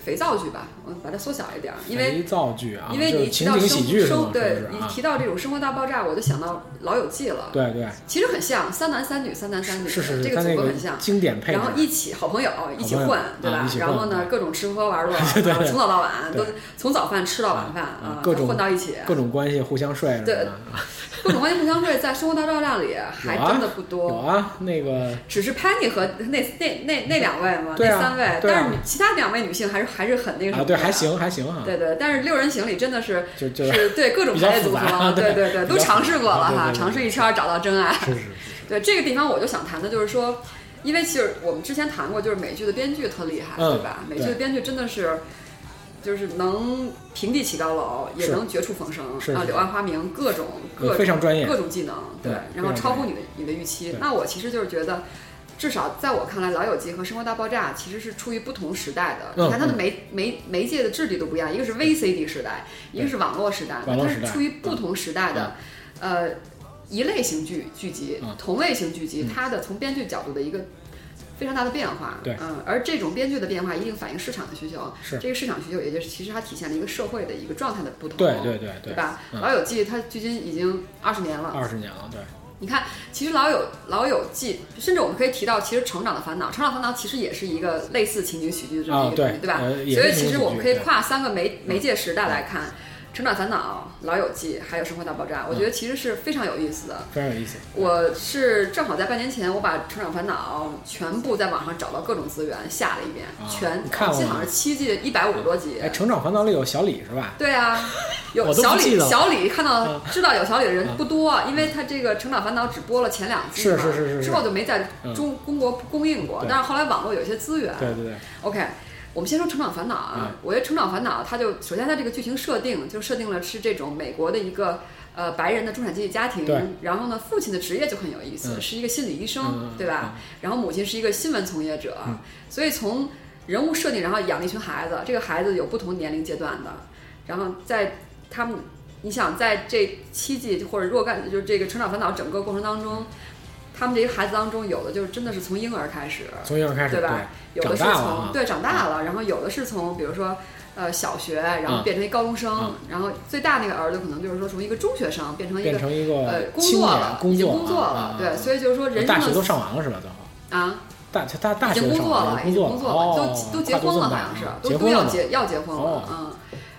Speaker 2: 肥皂剧吧，我把它缩小一点儿，因为
Speaker 1: 肥皂剧啊，
Speaker 2: 因为
Speaker 1: 就是
Speaker 2: 你提
Speaker 1: 情
Speaker 2: 到
Speaker 1: 景
Speaker 2: 生
Speaker 1: 喜剧是吗
Speaker 2: 生，？
Speaker 1: 是不
Speaker 2: 对
Speaker 1: 是
Speaker 2: 你
Speaker 1: 啊？
Speaker 2: 提到这种生活大爆炸，我就想到《老友记》了。
Speaker 1: 对对，
Speaker 2: 其实很像三男三女，三男三女，
Speaker 1: 是是
Speaker 2: 这
Speaker 1: 是，
Speaker 2: 个
Speaker 1: 他那
Speaker 2: 组合
Speaker 1: 个
Speaker 2: 很像。
Speaker 1: 经典配置
Speaker 2: 然后一起好朋友一起混
Speaker 1: 好朋友，
Speaker 2: 对吧
Speaker 1: 啊一？起混
Speaker 2: 然后呢，各种吃喝 玩乐，然后从早到晚都从早饭吃到晚饭
Speaker 1: 嗯
Speaker 2: 啊，
Speaker 1: 各种
Speaker 2: 混到一起。
Speaker 1: 各种关系互相睡什么
Speaker 2: 对
Speaker 1: 的，啊
Speaker 2: 各种关系互相对，在《生活大爆炸》里还真的不
Speaker 1: 有
Speaker 2: 多，
Speaker 1: 啊，那个
Speaker 2: 只是 Penny 和那那那那两位嘛，
Speaker 1: 对啊
Speaker 2: 那三位，
Speaker 1: 对啊
Speaker 2: 但是女其他两位女性还是还是很那个什
Speaker 1: 啊，
Speaker 2: 么，
Speaker 1: 对，还。行还行啊，
Speaker 2: 对对，但是六人行里真的是
Speaker 1: 就就是
Speaker 2: 对各种
Speaker 1: 比较
Speaker 2: 排列组
Speaker 1: 复杂
Speaker 2: 合，对 对
Speaker 1: 对
Speaker 2: 对，都尝试过了
Speaker 1: 比较复杂
Speaker 2: 哈，
Speaker 1: 对对对
Speaker 2: 尝试一圈找到真爱。
Speaker 1: 是是是是，
Speaker 2: 对这个地方，我就想谈的就是说，因为其实我们之前谈过，就是美剧的编剧特厉害，
Speaker 1: 嗯
Speaker 2: 对吧？美剧的
Speaker 1: 对
Speaker 2: 编剧真的是，就是能平地起高楼，也
Speaker 1: 是
Speaker 2: 能绝处逢生
Speaker 1: 是
Speaker 2: 啊，
Speaker 1: 是
Speaker 2: 柳暗花明，各种各
Speaker 1: 对
Speaker 2: 种
Speaker 1: 非常专业
Speaker 2: 各，种技能，
Speaker 1: 对
Speaker 2: 然后
Speaker 1: 非常
Speaker 2: 超乎你的你的预期
Speaker 1: 对。
Speaker 2: 那我其实就是觉得。至少在我看来，《老友记》和《生活大爆炸》其实是出于不同时代的。
Speaker 1: 嗯
Speaker 2: 你看它的媒媒媒介的质地都不一样，一个是 VCD 时代，一个是网络时代，
Speaker 1: 网络
Speaker 2: 它
Speaker 1: 时
Speaker 2: 是
Speaker 1: 代嗯
Speaker 2: 出于不同时代的，呃，一类型剧剧集
Speaker 1: 嗯，
Speaker 2: 同类型剧集，它的从编剧角度的一个非常大的变化。
Speaker 1: 对
Speaker 2: 嗯，而这种编剧的变化一定反映市场的需求。
Speaker 1: 是
Speaker 2: 这个市场需求，也就是其实它体现了一个社会的一个状态的不同。
Speaker 1: 对对对对，
Speaker 2: 对吧？
Speaker 1: 嗯
Speaker 2: 老友记》它距今已经二十年了，
Speaker 1: 二十年了，对，
Speaker 2: 你看，其实老有老友记，甚至我们可以提到，其实《成长的烦恼》，《成长烦恼》其实也是一个类似情景喜剧这么一
Speaker 1: 啊
Speaker 2: 个
Speaker 1: 对
Speaker 2: 东西，对吧？
Speaker 1: 呃也是
Speaker 2: 所以
Speaker 1: 情景
Speaker 2: 其
Speaker 1: 喜剧
Speaker 2: 实我们可以
Speaker 1: 对嗯
Speaker 2: 跨三个媒媒介时代来看，《成长烦恼》、《老友记》还有《生活大爆炸》，我
Speaker 1: 嗯
Speaker 2: 觉得其实是非常有意思的。
Speaker 1: 非常有意思，
Speaker 2: 我是正好在半年前，我把《成长烦恼》全部在网上找到各种资源下了一遍，
Speaker 1: 啊
Speaker 2: 全
Speaker 1: 你看
Speaker 2: 我记得
Speaker 1: 了吗
Speaker 2: 好像是七季一百五十多集。
Speaker 1: 哎，《成长烦恼》里有小李是吧？
Speaker 2: 对 啊，有
Speaker 1: 我都不
Speaker 2: 小
Speaker 1: 记
Speaker 2: 李，
Speaker 1: 得了嗯
Speaker 2: 小李看到知道有小李的人不多，啊因为他这个《成长烦恼》只播了前两季
Speaker 1: 是
Speaker 2: 嘛
Speaker 1: 是是是是嗯
Speaker 2: 之后就没在中中国供应过。
Speaker 1: 对
Speaker 2: 但是后来网络有一些资源
Speaker 1: 对对对，
Speaker 2: ，OK。我们先说《成长烦恼》啊
Speaker 1: 嗯，
Speaker 2: 我觉得《成长烦恼》它就首先它这个剧情设定就设定了是这种美国的一个呃白人的中产阶级家庭
Speaker 1: 对，
Speaker 2: 然后呢父亲的职业就很有意思，
Speaker 1: 嗯
Speaker 2: 是一个心理医生
Speaker 1: 嗯，
Speaker 2: 对吧？然后母亲是一个新闻从业者，所以从人物设定，然后养了一群孩子，这个孩子有不同年龄阶段的，然后在他们，你想在这七季或者若干就是这个成长烦恼整个过程当中，他们这些孩子当中，有的就是真的是从婴儿开始，
Speaker 1: 从婴儿开始，
Speaker 2: 对
Speaker 1: 对
Speaker 2: 吧有的是
Speaker 1: 长大了
Speaker 2: 从
Speaker 1: 啊
Speaker 2: 对长大了，然后有的是从比如说呃小学，然后
Speaker 1: 嗯
Speaker 2: 变成一高中生，
Speaker 1: 嗯
Speaker 2: 然后最大那个儿子可能就是说从一个中学生变成一
Speaker 1: 变
Speaker 2: 个
Speaker 1: 成一
Speaker 2: 呃
Speaker 1: 个
Speaker 2: 工
Speaker 1: 青
Speaker 2: 作
Speaker 1: 年
Speaker 2: 了，，已经
Speaker 1: 作
Speaker 2: 工作
Speaker 1: 啊
Speaker 2: 了，
Speaker 1: 啊
Speaker 2: 对，
Speaker 1: 啊
Speaker 2: 所以就是说人
Speaker 1: 大学
Speaker 2: 生
Speaker 1: 都
Speaker 2: 的
Speaker 1: 上完了是吧？最后
Speaker 2: 啊。
Speaker 1: 大他大大
Speaker 2: 已
Speaker 1: 学
Speaker 2: 经
Speaker 1: 都上
Speaker 2: 工作
Speaker 1: 完
Speaker 2: 了，已经工作
Speaker 1: 哦
Speaker 2: 了，都都结婚了，好像是
Speaker 1: 哦，
Speaker 2: 都
Speaker 1: 结
Speaker 2: 都
Speaker 1: 婚
Speaker 2: 要
Speaker 1: 了
Speaker 2: 结要结婚了
Speaker 1: 哦，
Speaker 2: 嗯。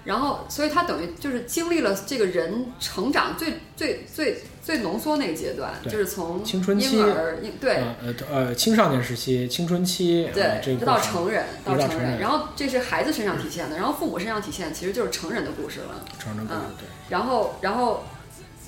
Speaker 2: 然后，所以他等于就是经历了这个人成长最最最最浓缩那个阶段，
Speaker 1: 对
Speaker 2: 就是从
Speaker 1: 青春期
Speaker 2: 婴儿婴对
Speaker 1: 呃呃呃青少年时期、青春期，呃这
Speaker 2: 对，
Speaker 1: 个
Speaker 2: 到
Speaker 1: 过程
Speaker 2: 成人
Speaker 1: 一直到
Speaker 2: 成
Speaker 1: 成
Speaker 2: 人，
Speaker 1: 人
Speaker 2: 然后这是孩子身上体现的，然后父母身上体现，其实就是成人的故事了。
Speaker 1: 成人过程，对，
Speaker 2: 然后，然后，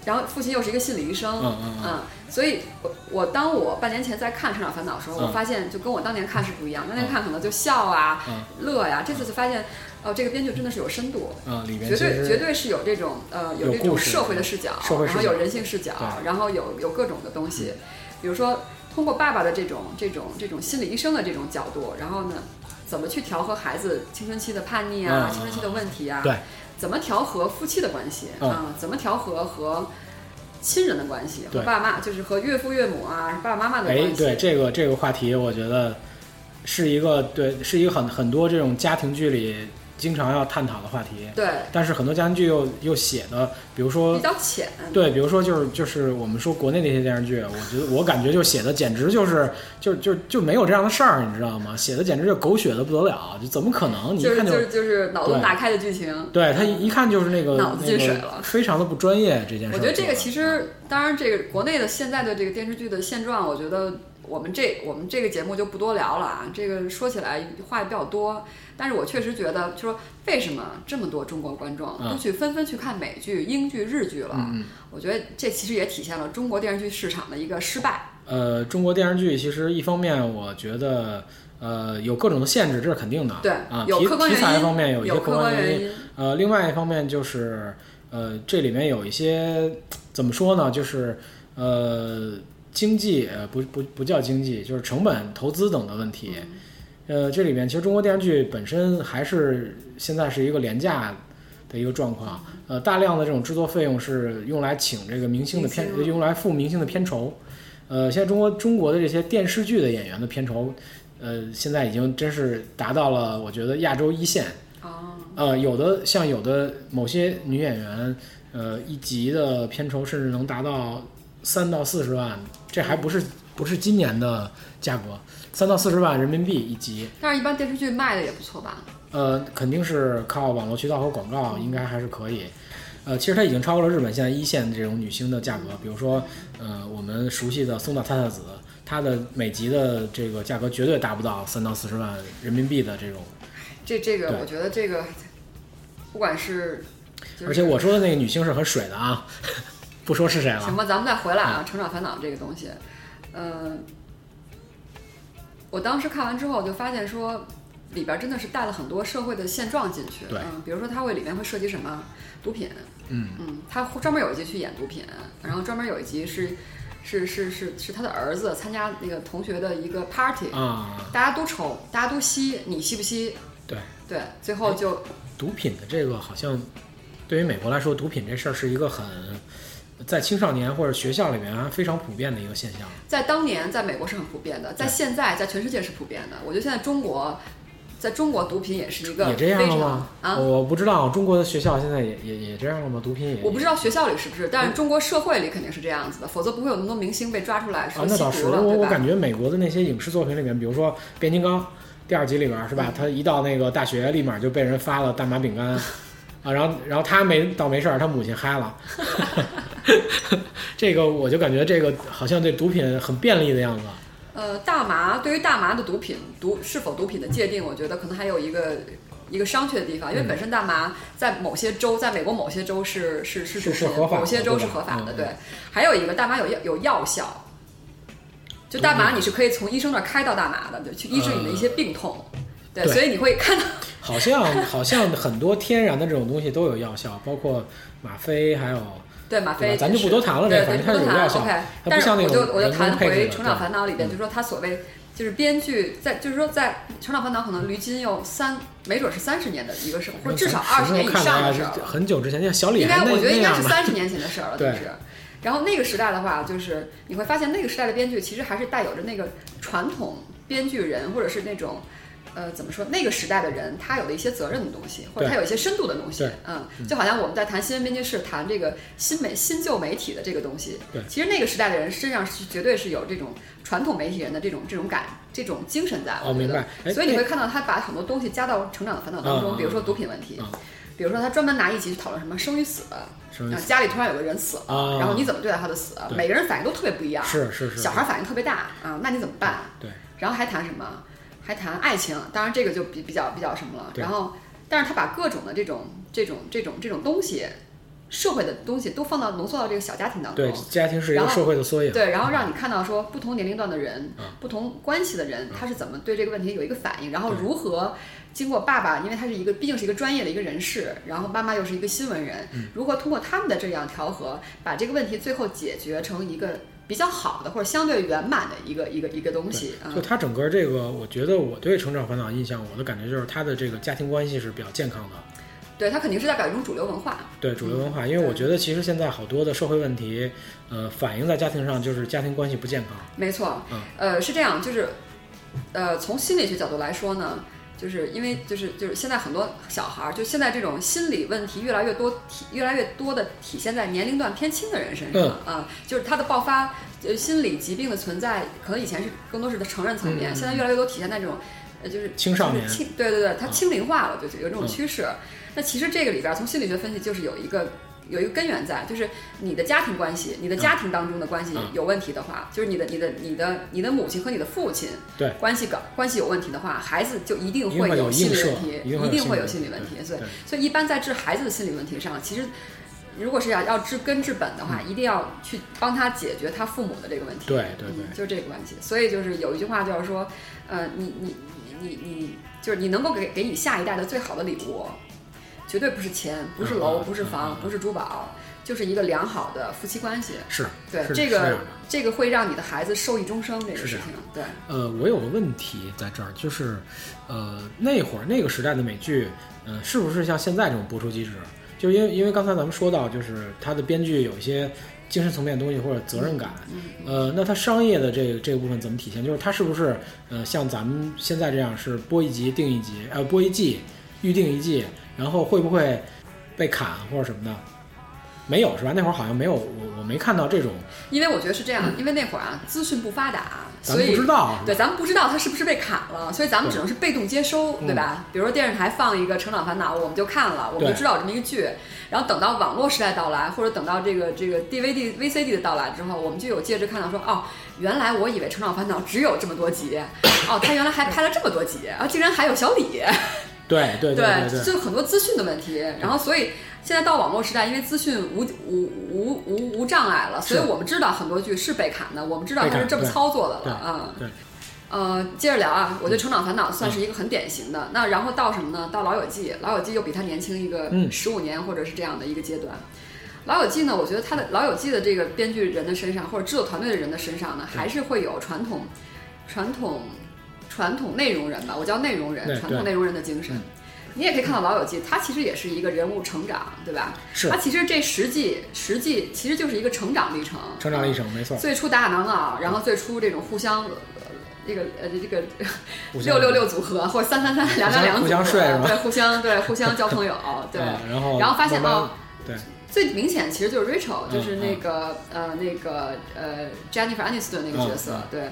Speaker 2: 然后父亲又是一个心理医生，
Speaker 1: 嗯嗯嗯，
Speaker 2: 嗯，所以我我当我半年前在看《成长烦恼》的时候，
Speaker 1: 嗯
Speaker 2: 我发现就跟我当年看是不一样。当年看可能就笑啊、
Speaker 1: 嗯
Speaker 2: 乐呀、这次就发现，哦、这个编剧真的是有深度，
Speaker 1: 啊里边
Speaker 2: 绝
Speaker 1: 其
Speaker 2: 对
Speaker 1: 实
Speaker 2: 绝对是有这种呃
Speaker 1: 有
Speaker 2: 这
Speaker 1: 故
Speaker 2: 种
Speaker 1: 事
Speaker 2: 社会的视角，
Speaker 1: 社会视
Speaker 2: 然
Speaker 1: 角
Speaker 2: 后有人性视角，
Speaker 1: 对
Speaker 2: 然后有有各种的东西，比如说通过爸爸的这种这种这种心理医生的这种角度，然后呢，怎么去调和孩子青春期的叛逆啊、
Speaker 1: 嗯
Speaker 2: 青春期的问题啊，
Speaker 1: 对，
Speaker 2: 怎么调和夫妻的关系啊、
Speaker 1: 嗯
Speaker 2: 怎么调和和亲人的关系，和
Speaker 1: 对
Speaker 2: 爸妈就是和岳父岳母啊、爸爸妈妈的
Speaker 1: 哎
Speaker 2: 关系，
Speaker 1: 对这个这个话题，我觉得是一个对是一个很很多这种家庭剧里经常要探讨的话题，
Speaker 2: 对
Speaker 1: 但是很多家庭剧又又写的，比如说
Speaker 2: 比较浅，
Speaker 1: 对，比如说就是就是我们说国内那些电视剧，我觉得我感觉就写的简直就是就就就没有这样的事儿，你知道吗？写的简直就狗血的不得了，就怎么可能？你一
Speaker 2: 就是
Speaker 1: 看就、
Speaker 2: 就是就是脑洞
Speaker 1: 对
Speaker 2: 大开的剧情，嗯
Speaker 1: 对他一一看就是那个
Speaker 2: 脑子进水了
Speaker 1: 那个非常的不专业这件事儿。
Speaker 2: 我觉得这个其实，当然，这个国内的现在的这个电视剧的现状，我觉得我们这我们这个节目就不多聊了啊。这个说起来话也比较多，但是我确实觉得，就说为什么这么多中国观众
Speaker 1: 嗯
Speaker 2: 都去纷纷去看美剧、英剧、日剧了？
Speaker 1: 嗯
Speaker 2: 我觉得这其实也体现了中国电视剧市场的一个失败。
Speaker 1: 呃，中国电视剧其实一方面我觉得呃有各种的限制，这是肯定的。
Speaker 2: 对，
Speaker 1: 啊，
Speaker 2: 有
Speaker 1: 题
Speaker 2: 客观
Speaker 1: 题
Speaker 2: 原
Speaker 1: 材
Speaker 2: 因，
Speaker 1: 方面有
Speaker 2: 有
Speaker 1: 一些
Speaker 2: 客
Speaker 1: 观
Speaker 2: 原
Speaker 1: 因，。呃，另外一方面就是呃，这里面有一些怎么说呢，就是呃经济呃不不不叫经济，就是成本、投资等的问题。
Speaker 2: 嗯
Speaker 1: 呃，这里面其实中国电视剧本身还是现在是一个廉价的一个状况，呃，大量的这种制作费用是用来请这个明星的片
Speaker 2: 明，星啊
Speaker 1: 用来付明星的片酬。呃，现在中国中国的这些电视剧的演员的片酬，呃，现在已经真是达到了我觉得亚洲一线。
Speaker 2: 哦，
Speaker 1: 呃，有的像有的某些女演员，呃，一集的片酬甚至能达到三到四十万，这还不是不是今年的价格，三到四十万人民币一集。
Speaker 2: 但是一般电视剧卖的也不错吧？
Speaker 1: 呃，肯定是靠网络渠道和广告，应该还是可以。呃，其实它已经超过了日本现在一线的这种女星的价格，比如说，呃，我们熟悉的松岛菜菜子，她的每集的这个价格绝对达不到三到四十万人民币的这种。
Speaker 2: 这这个
Speaker 1: 对
Speaker 2: 我觉得这个，不管是，就是
Speaker 1: 而且我说的那个女星是很水的啊， 不说是谁了
Speaker 2: 行。吧，咱们再回来
Speaker 1: 嗯
Speaker 2: 啊，《成长烦恼》这个东西，嗯，我当时看完之后，我就发现说，里边真的是带了很多社会的现状进去。
Speaker 1: 对
Speaker 2: 嗯，比如说它会里面会涉及什么毒品，
Speaker 1: 嗯
Speaker 2: 嗯，他专门有一集去演毒品，然后专门有一集是是是是是他的儿子参加那个同学的一个 party，
Speaker 1: 啊，
Speaker 2: 大家都抽，大家都吸，你吸不吸？
Speaker 1: 对，
Speaker 2: 对，最
Speaker 1: 哎
Speaker 2: 后就
Speaker 1: 毒品的这个好像对于美国来说，毒品这事儿是一个很在青少年或者学校里面还非常普遍的一个现象。
Speaker 2: 在当年在美国是很普遍的，在
Speaker 1: 对
Speaker 2: 现在在全世界是普遍的。我觉得现在中国，在中国毒品也是一个
Speaker 1: 也这
Speaker 2: 非常
Speaker 1: 样了吗？哦
Speaker 2: 啊，
Speaker 1: 我不知道中国的学校现在也也也这样了吗？毒品也
Speaker 2: 我不知道学校里是不是，
Speaker 1: 嗯
Speaker 2: 但是中国社会里肯定是这样子的，否则不会有那么多明星被抓出来
Speaker 1: 啊
Speaker 2: 说，
Speaker 1: 那
Speaker 2: 吸
Speaker 1: 倒是，
Speaker 2: 毒了，
Speaker 1: 我
Speaker 2: 对
Speaker 1: 我
Speaker 2: 吧？
Speaker 1: 感觉美国的那些影视作品里面，比如说《变形金刚》第二集里边是吧？他一到那个大学，立马就被人发了大麻饼 干啊，然后然后他没倒没事儿，他母亲嗨了。这个我就感觉这个好像对毒品很便利的样子。
Speaker 2: 呃，大麻对于大麻的毒品毒是否毒品的界定，我觉得可能还有一个一个商榷的地方，因为本身大麻在某些州，在美国某些州是是是
Speaker 1: 嗯是
Speaker 2: 毒
Speaker 1: 是
Speaker 2: 品，
Speaker 1: 合法的
Speaker 2: 某些州是合法
Speaker 1: 对吧
Speaker 2: 的，
Speaker 1: 嗯
Speaker 2: 对。还有一个大麻有药有药效，就大麻你是可以从医生那儿开到大麻的，对，去医治你的一些病痛，
Speaker 1: 嗯
Speaker 2: 对，
Speaker 1: 对
Speaker 2: 所以你会看到
Speaker 1: 好像好像很多天然的这种东西都有药效，包括吗啡，还有
Speaker 2: 对吗
Speaker 1: 对
Speaker 2: 啡，
Speaker 1: 吧咱就不多谈了这
Speaker 2: 对
Speaker 1: 反正
Speaker 2: 对不多
Speaker 1: 它有药
Speaker 2: 谈
Speaker 1: 效
Speaker 2: OK，
Speaker 1: 不
Speaker 2: 但是
Speaker 1: 像那
Speaker 2: 我
Speaker 1: 种
Speaker 2: 就我就
Speaker 1: 人工
Speaker 2: 谈
Speaker 1: 配置
Speaker 2: 回《
Speaker 1: 的
Speaker 2: 成长
Speaker 1: 对嗯
Speaker 2: 烦恼》里边，就说他所谓就是编剧在，就是说在《成长烦恼》可能驴金有三，没准是三十年的一个事儿，或者至少
Speaker 1: 咱
Speaker 2: 二
Speaker 1: 什
Speaker 2: 十
Speaker 1: 么
Speaker 2: 年
Speaker 1: 时候
Speaker 2: 以
Speaker 1: 看
Speaker 2: 上
Speaker 1: 的呀
Speaker 2: 的事儿
Speaker 1: 是
Speaker 2: 了。
Speaker 1: 很久之前，像小李
Speaker 2: 应该
Speaker 1: 还那
Speaker 2: 我觉得应该
Speaker 1: 那样
Speaker 2: 是
Speaker 1: 吧
Speaker 2: 三十年前的事儿了，就
Speaker 1: 对
Speaker 2: 是。然后那个时代的话，就是你会发现那个时代的编剧其实还是带有着那个传统编剧人或者是那种。呃，怎么说？那个时代的人，他有的一些责任的东西，或者
Speaker 1: 对
Speaker 2: 他有一些深度的东西
Speaker 1: 对，
Speaker 2: 嗯，就好像我们在谈新闻编辑室，谈这个新媒新旧媒体的这个东西。
Speaker 1: 对
Speaker 2: 其实那个时代的人身上是绝对是有这种传统媒体人的这种这种感、这种精神在。
Speaker 1: 哦
Speaker 2: 我觉
Speaker 1: 明
Speaker 2: 得
Speaker 1: 白哎
Speaker 2: 所以你
Speaker 1: 那
Speaker 2: 会看到他把很多东西加到《成长的烦恼》当
Speaker 1: 嗯
Speaker 2: 中，
Speaker 1: 嗯
Speaker 2: 比如说毒品问题
Speaker 1: 嗯，
Speaker 2: 比如说他专门拿一集去讨论什么生与死，
Speaker 1: 生与
Speaker 2: 然后
Speaker 1: 死
Speaker 2: 家里突然有个人死了，
Speaker 1: 啊
Speaker 2: 然后你怎么对待他的死？
Speaker 1: 对
Speaker 2: 每个人反应都特别不一样，
Speaker 1: 是是是
Speaker 2: 小孩反应特别大啊，那你怎么办？
Speaker 1: 对
Speaker 2: 然后还谈什么？还谈爱情，当然这个就比比较比较什么了。
Speaker 1: 对
Speaker 2: 然后，但是他把各种的这种这种这种这种东西，社会的东西都放到浓缩到这个小家庭当中
Speaker 1: 对，，家庭是一个
Speaker 2: 哦然后
Speaker 1: 社会的缩影。
Speaker 2: 对，然后让你看到说不同年龄段的人、
Speaker 1: 嗯
Speaker 2: 不同关系的人，他是怎么对这个问题有一个反应，然后如何经过爸爸，因为他是一个毕竟是一个专业的一个人士，然后妈妈又是一个新闻人，
Speaker 1: 嗯
Speaker 2: 如何通过他们的这样调和，把这个问题最后解决成一个比较好的或者相对圆满的一个一个一个东西。
Speaker 1: 就
Speaker 2: 嗯，
Speaker 1: 他整个这个，我觉得我对《成长烦恼》印象，我的感觉就是他的这个家庭关系是比较健康的，
Speaker 2: 对，他肯定是代表一种主流文化。
Speaker 1: 对主流文化。因为
Speaker 2: 嗯对
Speaker 1: 我觉得其实现在好多的社会问题，呃，反映在家庭上就是家庭关系不健康。
Speaker 2: 没错，
Speaker 1: 嗯
Speaker 2: 呃，是这样，就是，呃，从心理学角度来说呢，就是因为就是就是现在很多小孩儿，就现在这种心理问题越来越多体越来越多的体现在年龄段偏轻的人身上
Speaker 1: 嗯
Speaker 2: 啊、就是他的爆发，呃，心理疾病的存在，可能以前是更多是在成人层面，
Speaker 1: 嗯嗯
Speaker 2: 现在越来越多体现在这种，呃，就是
Speaker 1: 青少年
Speaker 2: 就是轻对对对，它
Speaker 1: 嗯
Speaker 2: 轻龄化了，就是有这种
Speaker 1: 嗯
Speaker 2: 趋势。那其实这个里边儿从心理学分析就是有一个。有一个根源在，就是你的家庭关系，你的家庭当中的关系
Speaker 1: 嗯
Speaker 2: 有问题的话，就是你的、你的、你的、你的母亲和你的父亲
Speaker 1: 对
Speaker 2: 关系搞关系有问题的话，孩子就一定
Speaker 1: 一定会有
Speaker 2: 心
Speaker 1: 映
Speaker 2: 理
Speaker 1: 射
Speaker 2: 问题，
Speaker 1: 一定会有
Speaker 2: 一定会有
Speaker 1: 心
Speaker 2: 心
Speaker 1: 理
Speaker 2: 理问题。所以
Speaker 1: 对，
Speaker 2: 所以一般在治孩子的心理问题上，其实如果是要要治根治本的话，一定要去帮他解决他父母的这个问题。
Speaker 1: 嗯对对对
Speaker 2: 嗯，就是这个关系。所以就是有一句话就是说，呃，你你你你你，就是你能够给给你下一代的最好的礼物，绝对不是钱，不是
Speaker 1: 嗯
Speaker 2: 楼，
Speaker 1: 嗯
Speaker 2: 不是房
Speaker 1: 嗯，嗯
Speaker 2: 不是珠宝，就是一个良好的夫妻关系。
Speaker 1: 是
Speaker 2: 对，
Speaker 1: 是
Speaker 2: 这
Speaker 1: 是
Speaker 2: 个
Speaker 1: 样的
Speaker 2: 这个会让你的孩子受益终生，这个
Speaker 1: 是这
Speaker 2: 事
Speaker 1: 样
Speaker 2: 情。对，
Speaker 1: 呃，我有个问题在这儿，就是，呃，那会儿那个时代的美剧，嗯、是不是像现在这种播出机制？就因为因为刚才咱们说到，就是它的编剧有一些精神层面的东西或者责任感，
Speaker 2: 嗯
Speaker 1: 呃，那它商业的这个这个部分怎么体现？就是它是不是呃像咱们现在这样是播一集定一集，呃，播一季预定一季，然后会不会被砍或者什么的？没有是吧？那会儿好像没有，我我没看到这种，
Speaker 2: 因为我觉得是这样，因为那会儿啊，资讯不发达，
Speaker 1: 嗯咱
Speaker 2: 所
Speaker 1: 们不
Speaker 2: 以
Speaker 1: 知道是吧
Speaker 2: 对，咱们不知道它是不是被砍了，所以咱们只能是被动接收，
Speaker 1: 嗯
Speaker 2: 对吧？比如说电视台放一个《成长烦恼》，我们就看了，我们
Speaker 1: 对
Speaker 2: 就知道有这么一个剧。然后等到网络时代到来，或者等到这个这个 DVD、VCD 的到来之后，我们就有介质看到说，哦，原来我以为《成长烦恼》只有这么多集，哦，他原来还拍了这么多集，啊，竟然还有小李，
Speaker 1: 对对对对，
Speaker 2: 就很多资讯的问题。然后，所以现在到网络时代，因为资讯无无无无无障碍了，所以
Speaker 1: 是
Speaker 2: 我们知道很多剧是被砍的，我们知道
Speaker 1: 被
Speaker 2: 它是
Speaker 1: 砍
Speaker 2: 这么
Speaker 1: 对
Speaker 2: 操作的
Speaker 1: 对
Speaker 2: 了啊。
Speaker 1: 对
Speaker 2: 呃，接着聊啊，我觉得《成长烦恼》算是一个很典型的。那然后到什么呢？到《老友记》，《老友记》又比他年轻一个
Speaker 1: 嗯
Speaker 2: 十五年或者是这样的一个阶段。老友记呢，我觉得他的《老友记》的这个编剧人的身上，或者制作团队的人的身上呢，还是会有传统、传统、传统内容人吧，我叫内容人
Speaker 1: 对，
Speaker 2: 传统内
Speaker 1: 对
Speaker 2: 容人的精神
Speaker 1: 嗯。
Speaker 2: 你也可以看到《老友记》，它其实也是一个人物成长，对吧？
Speaker 1: 是
Speaker 2: 它其实这十季，十季其实就是一个成长历程，
Speaker 1: 成长历程没错，
Speaker 2: 最初打打闹闹，然后最初这种互相。呃这个呃，这个
Speaker 1: 互相
Speaker 2: 六六六组合或者三三三两两两组合，
Speaker 1: 互相睡是吧
Speaker 2: 对，互相对互相 交朋友，对。
Speaker 1: 啊然后
Speaker 2: 然后发现
Speaker 1: 慢慢
Speaker 2: 哦，
Speaker 1: 对，
Speaker 2: 最明显其实就是 Rachel，
Speaker 1: 嗯
Speaker 2: 就是那个、呃那个呃 Jennifer Aniston 那个角色，
Speaker 1: 嗯
Speaker 2: 对。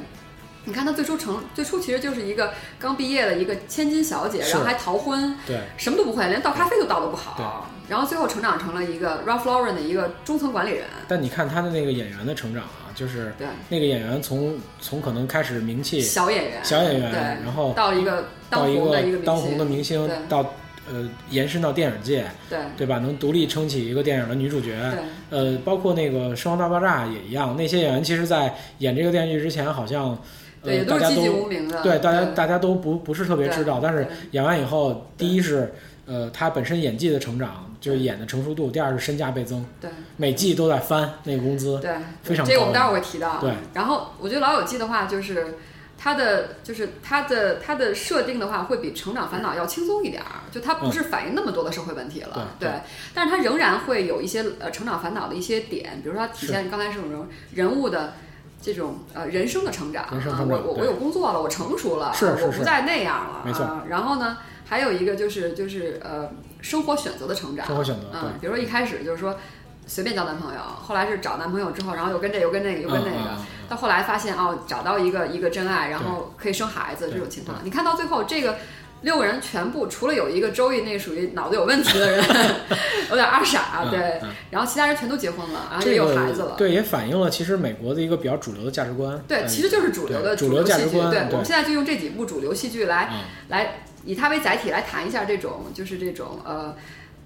Speaker 2: 你看她最初成最初其实就是一个刚毕业的一个千金小姐，
Speaker 1: 是
Speaker 2: 然后还逃婚，
Speaker 1: 对，
Speaker 2: 什么都不会，连倒咖啡都倒得不好。然后最后成长成了一个 Ralph Lauren 的一个中层管理人，
Speaker 1: 但你看他的那个演员的成长啊，就是
Speaker 2: 对，
Speaker 1: 那个演员从从可能开始名气
Speaker 2: 小演员，
Speaker 1: 小演员，
Speaker 2: 对，
Speaker 1: 然后
Speaker 2: 到一个当
Speaker 1: 到一
Speaker 2: 红的一个
Speaker 1: 个
Speaker 2: 明星，
Speaker 1: 当红的明星
Speaker 2: 对，
Speaker 1: 到呃延伸到电影界，
Speaker 2: 对
Speaker 1: 对吧？能独立撑起一个电影的女主角，
Speaker 2: 对
Speaker 1: 啊呃，包括那个《生活大爆炸》也一样，那些演员其实，在演这个电视剧之前，好像
Speaker 2: 对，
Speaker 1: 呃
Speaker 2: 也
Speaker 1: 大
Speaker 2: 都是
Speaker 1: 家
Speaker 2: 籍籍
Speaker 1: 都
Speaker 2: 无名的，
Speaker 1: 对大家大家都不不是特别
Speaker 2: 嗯对
Speaker 1: 知道，但是
Speaker 2: 对
Speaker 1: 演完以后，第一是呃他本身演技的成长，就是演的成熟度；第二是身价倍增，
Speaker 2: 对。
Speaker 1: 每季都在翻那个工资。
Speaker 2: 对，
Speaker 1: 非常
Speaker 2: 这个
Speaker 1: 高
Speaker 2: 我们
Speaker 1: 的
Speaker 2: 待会儿会提到。
Speaker 1: 对，
Speaker 2: 然后我觉得《老友记》的话，就是它的就是它的它的设定的话，会比《成长烦恼》要轻松一点儿，就它不是反映那么多的社会问题了。
Speaker 1: 嗯对对
Speaker 2: 但是它仍然会有一些呃《成长烦恼》的一些点，比如说它体现刚才这种人人物的。这种呃人生的成长，
Speaker 1: 人生
Speaker 2: 啊
Speaker 1: 成
Speaker 2: 我
Speaker 1: 长
Speaker 2: 我我
Speaker 1: 对
Speaker 2: 有工作了，我成熟了，
Speaker 1: 是是
Speaker 2: 我不
Speaker 1: 是
Speaker 2: 再那样了，
Speaker 1: 没错
Speaker 2: 啊。然后呢，还有一个就是就是呃生活选择的成长，
Speaker 1: 生活选择对
Speaker 2: 嗯，比如说一开始就是说随便交男朋友，后来是找男朋友之后，然后又跟这又跟那个又跟那
Speaker 1: 嗯
Speaker 2: 个
Speaker 1: 嗯嗯，
Speaker 2: 到后来发现哦，找到一个一个真爱，然后可以生孩子
Speaker 1: 对
Speaker 2: 这种情况。你看到最后这个。六个人全部除了有一个周易那属于脑子有问题的人， 有点二傻，
Speaker 1: 嗯
Speaker 2: 对
Speaker 1: 嗯，
Speaker 2: 然后其他人全都结婚了，然后
Speaker 1: 这
Speaker 2: 也有
Speaker 1: 个
Speaker 2: 孩子了，
Speaker 1: 对，也反映了其实美国的一个比较主流的价值观。
Speaker 2: 对，
Speaker 1: 嗯
Speaker 2: 其实就是主流
Speaker 1: 对
Speaker 2: 的
Speaker 1: 主
Speaker 2: 流
Speaker 1: 价
Speaker 2: 戏
Speaker 1: 值
Speaker 2: 剧。
Speaker 1: 观。
Speaker 2: 对，我们现在就用这几部主流戏剧来、
Speaker 1: 嗯
Speaker 2: 来以它为载体来谈一下这种就是这种呃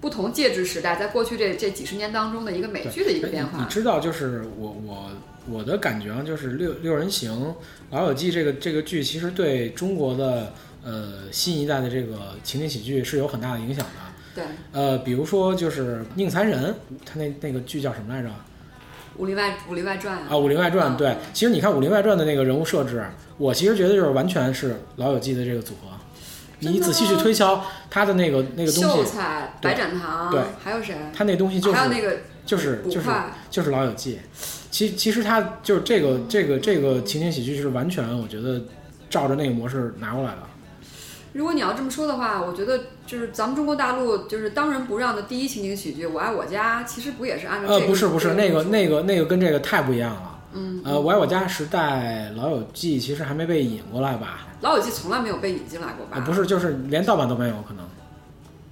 Speaker 2: 不同介质时代在过去这这几十年当中的一个美剧的一个变
Speaker 1: 哎你
Speaker 2: 化。
Speaker 1: 知道，就是我我我的感觉啊，就是六六人行《老友记》这个这个剧，其实对中国的呃新一代的这个情景喜剧是有很大的影响的。
Speaker 2: 对，
Speaker 1: 呃，比如说就是宁财神，他那那个剧叫什么来着？
Speaker 2: 武林外武林外传
Speaker 1: 啊，《武林外传》
Speaker 2: 嗯
Speaker 1: 对，其实你看《武林外传》的那个人物设置，我其实觉得就是完全是《老友记》的这个组合。
Speaker 2: 真的
Speaker 1: 你仔细去推敲他的那个那个
Speaker 2: 秀
Speaker 1: 东西，
Speaker 2: 才、
Speaker 1: 对
Speaker 2: 白展堂，
Speaker 1: 对
Speaker 2: 还有谁？
Speaker 1: 他那东西就是
Speaker 2: 还有那个
Speaker 1: 就是
Speaker 2: 捕
Speaker 1: 就是
Speaker 2: 快，
Speaker 1: 就是《老友记》其，其实它就是这个这个这个情景喜剧是完全我觉得照着那个模式拿过来
Speaker 2: 啊
Speaker 1: 的。
Speaker 2: 如果你要这么说的话，我觉得就是咱们中国大陆就是当仁不让的第一情景喜剧《我爱我家》，其实不也是按照这
Speaker 1: 呃，
Speaker 2: 个、
Speaker 1: 不是不是，
Speaker 2: 这
Speaker 1: 那个
Speaker 2: 路数
Speaker 1: 那个那个跟这个太不一样了。
Speaker 2: 嗯，
Speaker 1: 呃，《我爱我家》时代，《老友记》其实还没被引过来吧？
Speaker 2: 《老友记》从来没有被引进来过吧？
Speaker 1: 呃，不是，就是连盗版都没有可能。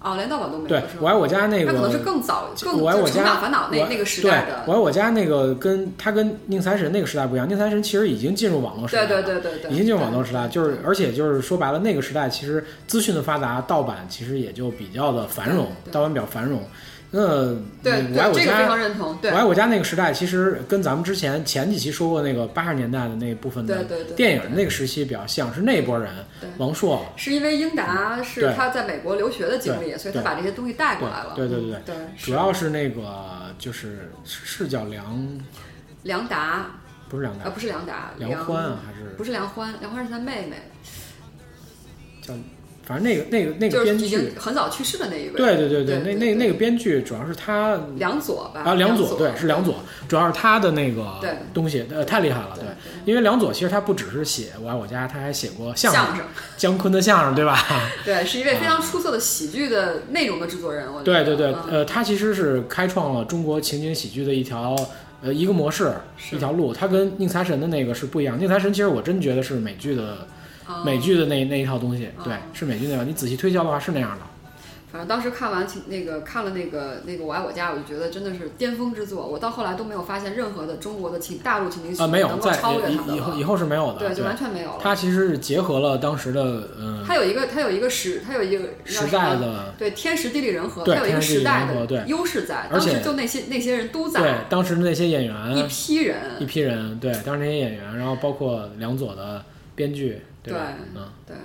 Speaker 2: 哦，连盗版都没
Speaker 1: 对，
Speaker 2: 有
Speaker 1: 《
Speaker 2: 是
Speaker 1: 我
Speaker 2: 吧？
Speaker 1: 爱我家》那
Speaker 2: 那可能是
Speaker 1: 个，
Speaker 2: 更早、更
Speaker 1: 我爱
Speaker 2: 就
Speaker 1: 我
Speaker 2: 是成
Speaker 1: 家
Speaker 2: 长烦恼
Speaker 1: 我
Speaker 2: 那那个时
Speaker 1: 对，《
Speaker 2: 代
Speaker 1: 我
Speaker 2: 的，
Speaker 1: 爱我家》那个跟它跟宁财神那个时代不一样，宁财神其实已经进入网络时代
Speaker 2: 对
Speaker 1: 了。
Speaker 2: 对对对对，
Speaker 1: 已经进入网络时代，就是而且就是说白了，那个时代其实资讯的发达，盗版其实也就比较的繁荣
Speaker 2: 对，对
Speaker 1: 盗版比较繁荣。那
Speaker 2: 对
Speaker 1: 我爱
Speaker 2: 对，
Speaker 1: 我
Speaker 2: 这个非
Speaker 1: 家
Speaker 2: 常认同。对
Speaker 1: 我爱我家那个时代，其实跟咱们之前前几期说过那个八十年代的那部分的
Speaker 2: 对对对
Speaker 1: 电影那个时期比较像，是那波人
Speaker 2: 对，
Speaker 1: 王朔，
Speaker 2: 是因为英达
Speaker 1: 嗯
Speaker 2: 是
Speaker 1: 对
Speaker 2: 他在美国留学的经历，
Speaker 1: 对
Speaker 2: 所以他把这些东西带过来了。嗯
Speaker 1: 对对对对
Speaker 2: 对，
Speaker 1: 主要是那个就是是是叫梁，
Speaker 2: 梁达
Speaker 1: 不是梁
Speaker 2: 啊，
Speaker 1: 达，
Speaker 2: 不是梁达，梁
Speaker 1: 梁欢啊，还是
Speaker 2: 不是梁欢，梁欢是他妹妹，
Speaker 1: 叫，反正那个那个那
Speaker 2: 就
Speaker 1: 个
Speaker 2: 是
Speaker 1: 编
Speaker 2: 已
Speaker 1: 剧
Speaker 2: 经，很早去世的那一位。
Speaker 1: 对对对
Speaker 2: 对
Speaker 1: 那
Speaker 2: 对
Speaker 1: 那
Speaker 2: 对
Speaker 1: 那个编剧主要是他
Speaker 2: 梁左吧？
Speaker 1: 啊，梁左对是梁
Speaker 2: 左。
Speaker 1: 左，主要是他的那个
Speaker 2: 对
Speaker 1: 东西，呃，太厉害了，
Speaker 2: 对
Speaker 1: 对，因为梁左其实他不只是写《我爱我家》，他还写过相声，
Speaker 2: 相声，啊
Speaker 1: 姜昆的相声，对吧？
Speaker 2: 对，是一位非常出色的喜剧的内容的制作人。我觉
Speaker 1: 啊对
Speaker 2: 得
Speaker 1: 对对，
Speaker 2: 嗯
Speaker 1: 呃，他其实是开创了中国情景喜剧的一条呃一个模式
Speaker 2: 是
Speaker 1: 一条路，他跟宁财神的那个是不一样。宁财神其实我真觉得是美剧的
Speaker 2: 嗯
Speaker 1: 美剧的那那一套东西，对
Speaker 2: 哦，
Speaker 1: 是美剧那样。你仔细推敲的话是那样的，
Speaker 2: 反正当时看完那个看了那个那个《我爱我家》，我就觉得真的是巅峰之作。我到后来都没有发现任何的中国的情大陆情景喜
Speaker 1: 啊，
Speaker 2: 剧
Speaker 1: 没有
Speaker 2: 能够
Speaker 1: 在
Speaker 2: 超越
Speaker 1: 以
Speaker 2: 它的
Speaker 1: 以后
Speaker 2: 了
Speaker 1: 以。后是没有的，
Speaker 2: 对，就
Speaker 1: 对
Speaker 2: 完，全没有了。
Speaker 1: 它其实是结合了当时的嗯
Speaker 2: 它有一个，它有一个时，它有一个
Speaker 1: 时代
Speaker 2: 叫什么
Speaker 1: 的。
Speaker 2: 对天时地利人和，
Speaker 1: 对
Speaker 2: 它有一个时代
Speaker 1: 天时地利人和
Speaker 2: 的
Speaker 1: 对
Speaker 2: 优势在。
Speaker 1: 而
Speaker 2: 当
Speaker 1: 且
Speaker 2: 时就那些那些人都
Speaker 1: 对
Speaker 2: 在，，
Speaker 1: 当时那些演
Speaker 2: 一
Speaker 1: 员，
Speaker 2: 批
Speaker 1: 一
Speaker 2: 人，
Speaker 1: 批人，对，当时那些演员，然后包括梁左的编剧，吧？
Speaker 2: 对
Speaker 1: 嗯，
Speaker 2: 对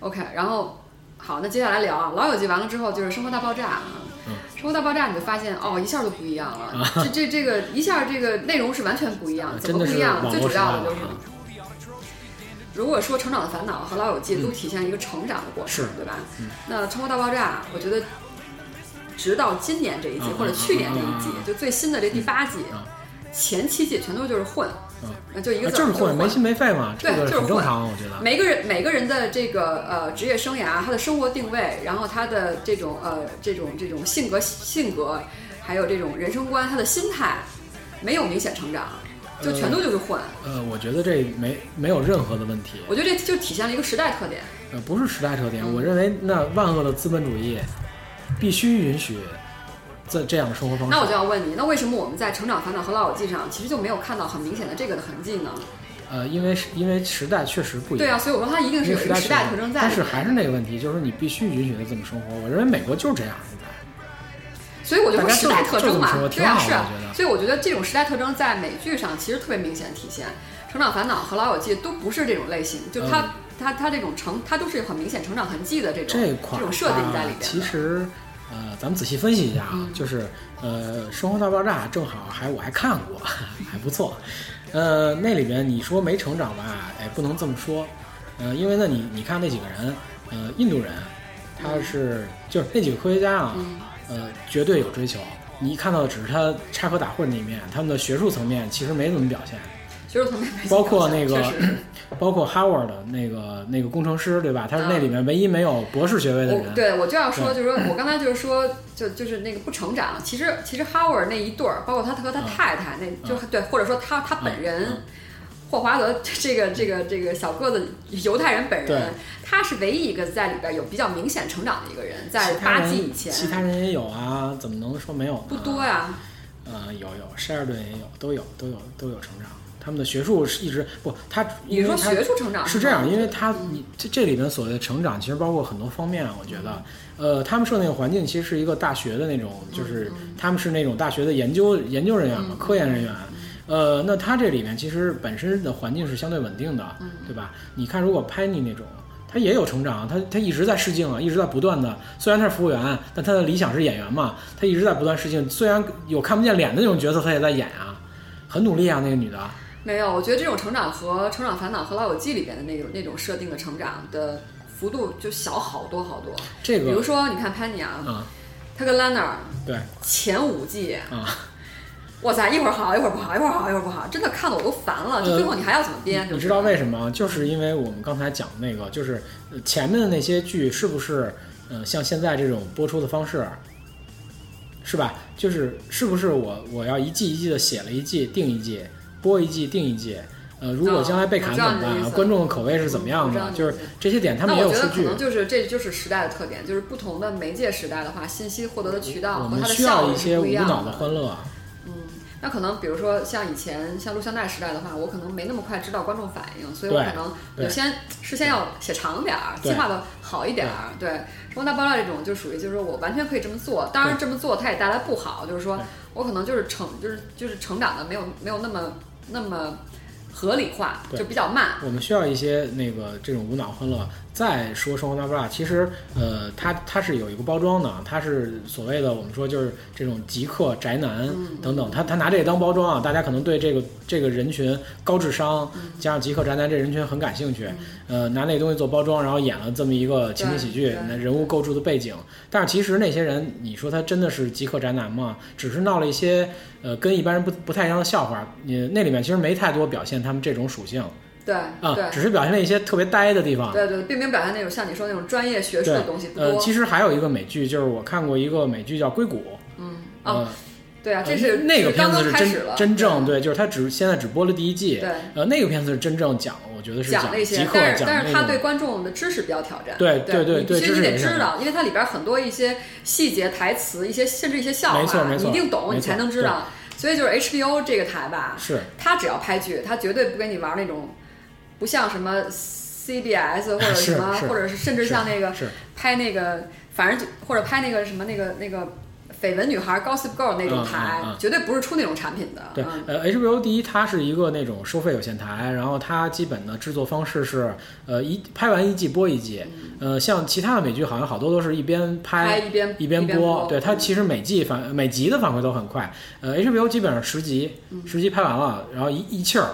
Speaker 2: ，OK，然后好，那接下来聊啊，《老友记》完了之后就是《生活大爆炸》啊，
Speaker 1: 嗯
Speaker 2: 《生活大爆炸》你就发现哦，一下就不一样了，这这这个一下这个内容是完全不一样，怎
Speaker 1: 啊真
Speaker 2: 么
Speaker 1: 的
Speaker 2: 不
Speaker 1: 是
Speaker 2: 一样？
Speaker 1: 网
Speaker 2: 最
Speaker 1: 络
Speaker 2: 主
Speaker 1: 时
Speaker 2: 要
Speaker 1: 代
Speaker 2: 的
Speaker 1: 了
Speaker 2: 就是，
Speaker 1: 啊，
Speaker 2: 如果说《成长的烦恼》和《老友记》都体现一个成长的过
Speaker 1: 嗯是
Speaker 2: 程，
Speaker 1: 嗯
Speaker 2: 对吧？那《生活大爆炸》，我觉得直到今年这一季
Speaker 1: 嗯
Speaker 2: 或者去年这一季
Speaker 1: 嗯嗯嗯，
Speaker 2: 就最新的这第八季
Speaker 1: 嗯，
Speaker 2: 前七季全都就是混
Speaker 1: 嗯，
Speaker 2: 呃就一个字
Speaker 1: 就
Speaker 2: 儿
Speaker 1: 是混没心没肺嘛，这
Speaker 2: 对
Speaker 1: 个
Speaker 2: 就是
Speaker 1: 很正
Speaker 2: 混
Speaker 1: 常，我觉得。
Speaker 2: 每个人每个人的这个呃职业生涯，他的生活定位，然后他的这种呃这种这种性格性格，还有这种人生观，他的心态没有明显成长，就全都就是混。
Speaker 1: 呃，我觉得这没没有任何的问题，
Speaker 2: 我嗯觉得这就体现了一个时代特点。
Speaker 1: 呃，不是时代特点。我认为那万恶的资本主义必须允许这这样的生活方式。
Speaker 2: 那我就要问你，那为什么我们在《成长烦恼》和《老友记》上其实就没有看到很明显的这个的痕迹呢？
Speaker 1: 呃，因为是因为时代确实不一
Speaker 2: 对
Speaker 1: 样。
Speaker 2: 啊，所以我说它一定是
Speaker 1: 因
Speaker 2: 有
Speaker 1: 为
Speaker 2: 一个时
Speaker 1: 时
Speaker 2: 代
Speaker 1: 代
Speaker 2: 特
Speaker 1: 不一样
Speaker 2: 征在。
Speaker 1: 但是还是那个问题，就是你必须允许他这么生活。我认为美国就是这样，现在
Speaker 2: 所以我就说时代特征嘛
Speaker 1: 大家就，就这么说
Speaker 2: 对啊，
Speaker 1: 挺
Speaker 2: 是
Speaker 1: 好的
Speaker 2: 啊
Speaker 1: 我觉。得
Speaker 2: 所以我觉得这种时代特征在美剧上其实特别明显体现，《成长烦恼》和《老友记》都不是这种类型，就它、
Speaker 1: 嗯
Speaker 2: 它它这种成，它都是有很明显成长痕迹的这种
Speaker 1: 这
Speaker 2: 这
Speaker 1: 款
Speaker 2: 种设定
Speaker 1: 吧
Speaker 2: 在里边的。
Speaker 1: 啊
Speaker 2: 嗯
Speaker 1: 其实，呃，咱们仔细分析一下啊，就是呃，《生活大爆炸》正好还我还看过， 还不错。呃，那里边你说没成长吧，哎，不能这么说。呃，因为呢，你你看那几个人，呃，印度人，他是、就是那几个科学家啊，
Speaker 2: 嗯
Speaker 1: 呃，绝对有追求。你一看到的只是他插科打诨那一面，他们的学术层面其实没怎么表现。
Speaker 2: 学术层面没想到，
Speaker 1: 包括那个
Speaker 2: 确实
Speaker 1: 包括 Howard 的那个那个工程师，对吧？他是
Speaker 2: 啊
Speaker 1: 那里面唯一没有博士学位的人
Speaker 2: 我。对我就要说，就是说我刚才就是说，就就是那个不成长。其实其实 Howard 那一对儿，包括他和
Speaker 1: 嗯
Speaker 2: 他太太，那就对，或者说他他本人。霍华德这个这个这个小个子犹太人本
Speaker 1: 对
Speaker 2: 人，他是唯一一个在里边有比较明显成长的一个人，在
Speaker 1: 其他
Speaker 2: 八
Speaker 1: 人
Speaker 2: 季以前
Speaker 1: 其他人也有啊，怎么能说没有呢？
Speaker 2: 不多呀、
Speaker 1: 呃，有有，塞尔顿也有，都有都有都有成长。他们的学术是一直不，他
Speaker 2: 你
Speaker 1: 因为
Speaker 2: 说
Speaker 1: 他
Speaker 2: 学术成长
Speaker 1: 是这样，因为他你这这里面所谓的成长，其实包括很多方面啊。我觉得，呃，他们设那个环境其实是一个大学的那种，
Speaker 2: 嗯
Speaker 1: 就是他们是那种大学的研究研究人员嘛，科研人员。呃，那他这里面其实本身的环境是相对稳定的，
Speaker 2: 嗯
Speaker 1: 对吧？你看，如果拍你那种。他也有成长，他他一直在试镜啊，一直在不断的。虽然他是服务员，但他的理想是演员嘛，他一直在不断试镜。虽然有看不见脸的那种角色，他也在演啊，很努力啊，那个女的。
Speaker 2: 没有，我觉得这种成长和《成长烦恼》和《老友记》里边的那种那种设定的成长的幅度就小好多好多。
Speaker 1: 这
Speaker 2: 比如
Speaker 1: 个
Speaker 2: 说，你看 Penny 啊，
Speaker 1: 啊，
Speaker 2: 他跟 Lana
Speaker 1: 对
Speaker 2: 前五季，
Speaker 1: 啊，
Speaker 2: 哇塞，一会儿好，一会儿不好，一会儿好，一会儿不好，真的看得我都烦了。就
Speaker 1: 呃
Speaker 2: 最后你还要怎么编？
Speaker 1: 你
Speaker 2: 就
Speaker 1: 知
Speaker 2: 是
Speaker 1: 道为什么？就是因为我们刚才讲那个，就是呃前面的那些剧是不是，呃，像现在这种播出的方式，是吧？就是是不是我我要一季一季的写了一季定一季，播一季定一季。呃，如果将来被砍
Speaker 2: 哦我知
Speaker 1: 怎
Speaker 2: 道
Speaker 1: 么办
Speaker 2: 你的意
Speaker 1: 啊？
Speaker 2: 思
Speaker 1: 观众的口味是怎么
Speaker 2: 嗯我
Speaker 1: 样
Speaker 2: 知道
Speaker 1: 的？
Speaker 2: 你的
Speaker 1: 就
Speaker 2: 意
Speaker 1: 是
Speaker 2: 思
Speaker 1: 这些点他
Speaker 2: 那
Speaker 1: 们也
Speaker 2: 我
Speaker 1: 有
Speaker 2: 觉
Speaker 1: 数
Speaker 2: 得可
Speaker 1: 据
Speaker 2: 能，就是这就是时代的特点，就是不同的媒介时代的话，信息获得的渠道
Speaker 1: 我
Speaker 2: 和
Speaker 1: 们
Speaker 2: 它的
Speaker 1: 需要
Speaker 2: 效率
Speaker 1: 一
Speaker 2: 是
Speaker 1: 些
Speaker 2: 不
Speaker 1: 无
Speaker 2: 一样
Speaker 1: 脑的欢
Speaker 2: 的。
Speaker 1: 乐。啊
Speaker 2: 嗯，那可能比如说像以前像录像带时代的话，我可能没那么快知道观众反应，所以我
Speaker 1: 对
Speaker 2: 可能
Speaker 1: 对
Speaker 2: 有先事先要写长点儿，
Speaker 1: 对
Speaker 2: 计划的好一点儿。对，光大爆啊料这种就属于就是说我完全可以这么做，当然这么做它也带来不好，就是说
Speaker 1: 对
Speaker 2: 我可能就是成就是就是成长的没有没有那么那么合理化，
Speaker 1: 对
Speaker 2: 就比较慢。
Speaker 1: 我们需要一些那个这种无脑欢乐。再说生活大爆炸，其实呃，它它是有一个包装的，它是所谓的我们说就是这种极客宅男
Speaker 2: 嗯
Speaker 1: 等等，他他拿这个当包装啊，大家可能对这个这个人群高智商
Speaker 2: 嗯
Speaker 1: 加上极客宅男这人群很感兴趣，呃，拿那个东西做包装，然后演了这么一个情景喜剧
Speaker 2: 对，对
Speaker 1: 那人物构筑的背景，但是其实那些人，你说他真的是极客宅男吗？只是闹了一些呃跟一般人不不太一样的笑话，你那里面其实没太多表现他们这种属性。
Speaker 2: 对对
Speaker 1: 啊，只是表现了一些特别呆的地方。
Speaker 2: 对对，并没有表现那种像你说那种专业学术
Speaker 1: 对
Speaker 2: 的东西，不
Speaker 1: 呃，
Speaker 2: 多。
Speaker 1: 其实还有一个美剧，就是我看过一个美剧叫《硅谷》。
Speaker 2: 哦
Speaker 1: 呃，
Speaker 2: 对啊，这
Speaker 1: 呃
Speaker 2: 是
Speaker 1: 那个
Speaker 2: 这是
Speaker 1: 片
Speaker 2: 刚
Speaker 1: 子
Speaker 2: 刚
Speaker 1: 是
Speaker 2: 开始
Speaker 1: 真
Speaker 2: 了，
Speaker 1: 真正
Speaker 2: 对
Speaker 1: 对，就是它只现在只播了第一季。
Speaker 2: 对
Speaker 1: 呃，那个片子是真正讲，我觉得是
Speaker 2: 讲了一
Speaker 1: 极
Speaker 2: 些，
Speaker 1: 客
Speaker 2: 但是
Speaker 1: 讲
Speaker 2: 但是
Speaker 1: 那
Speaker 2: 他
Speaker 1: 种
Speaker 2: 对观众的知识比较挑战。
Speaker 1: 对对
Speaker 2: 对
Speaker 1: 对
Speaker 2: 你
Speaker 1: 对
Speaker 2: 其实
Speaker 1: 知识
Speaker 2: 你
Speaker 1: 也
Speaker 2: 得
Speaker 1: 是
Speaker 2: 知道，因为它里边很多一些细节、台词、一些甚至一些笑话，
Speaker 1: 没错没错
Speaker 2: 你一定懂，
Speaker 1: 没
Speaker 2: 你
Speaker 1: 错
Speaker 2: 才能知道。所以就是 HBO 这个台吧，
Speaker 1: 是
Speaker 2: 他只要拍剧，他绝对不跟你玩那种不像什么 CBS 或者
Speaker 1: 是
Speaker 2: 什么，
Speaker 1: 是
Speaker 2: 或者是甚至
Speaker 1: 是
Speaker 2: 像那个
Speaker 1: 是
Speaker 2: 拍那个，反正就或者拍那个什么那个那个绯闻女孩 Gossip Girl 那种
Speaker 1: 嗯
Speaker 2: 台，
Speaker 1: 嗯嗯
Speaker 2: 绝对不是出那种产品的。
Speaker 1: 对
Speaker 2: 嗯，
Speaker 1: 呃，HBO 第一，它是一个那种收费有线台，然后它基本的制作方式是，呃，一拍完一季播一季，呃，像其他的美剧好像好多都是一边
Speaker 2: 嗯拍
Speaker 1: 拍
Speaker 2: 一边
Speaker 1: 一边
Speaker 2: 一边播嗯
Speaker 1: 对它其实每季反每集的反馈都很快，呃，HBO 基本上十集，
Speaker 2: 嗯
Speaker 1: 十集拍完了，然后一一气儿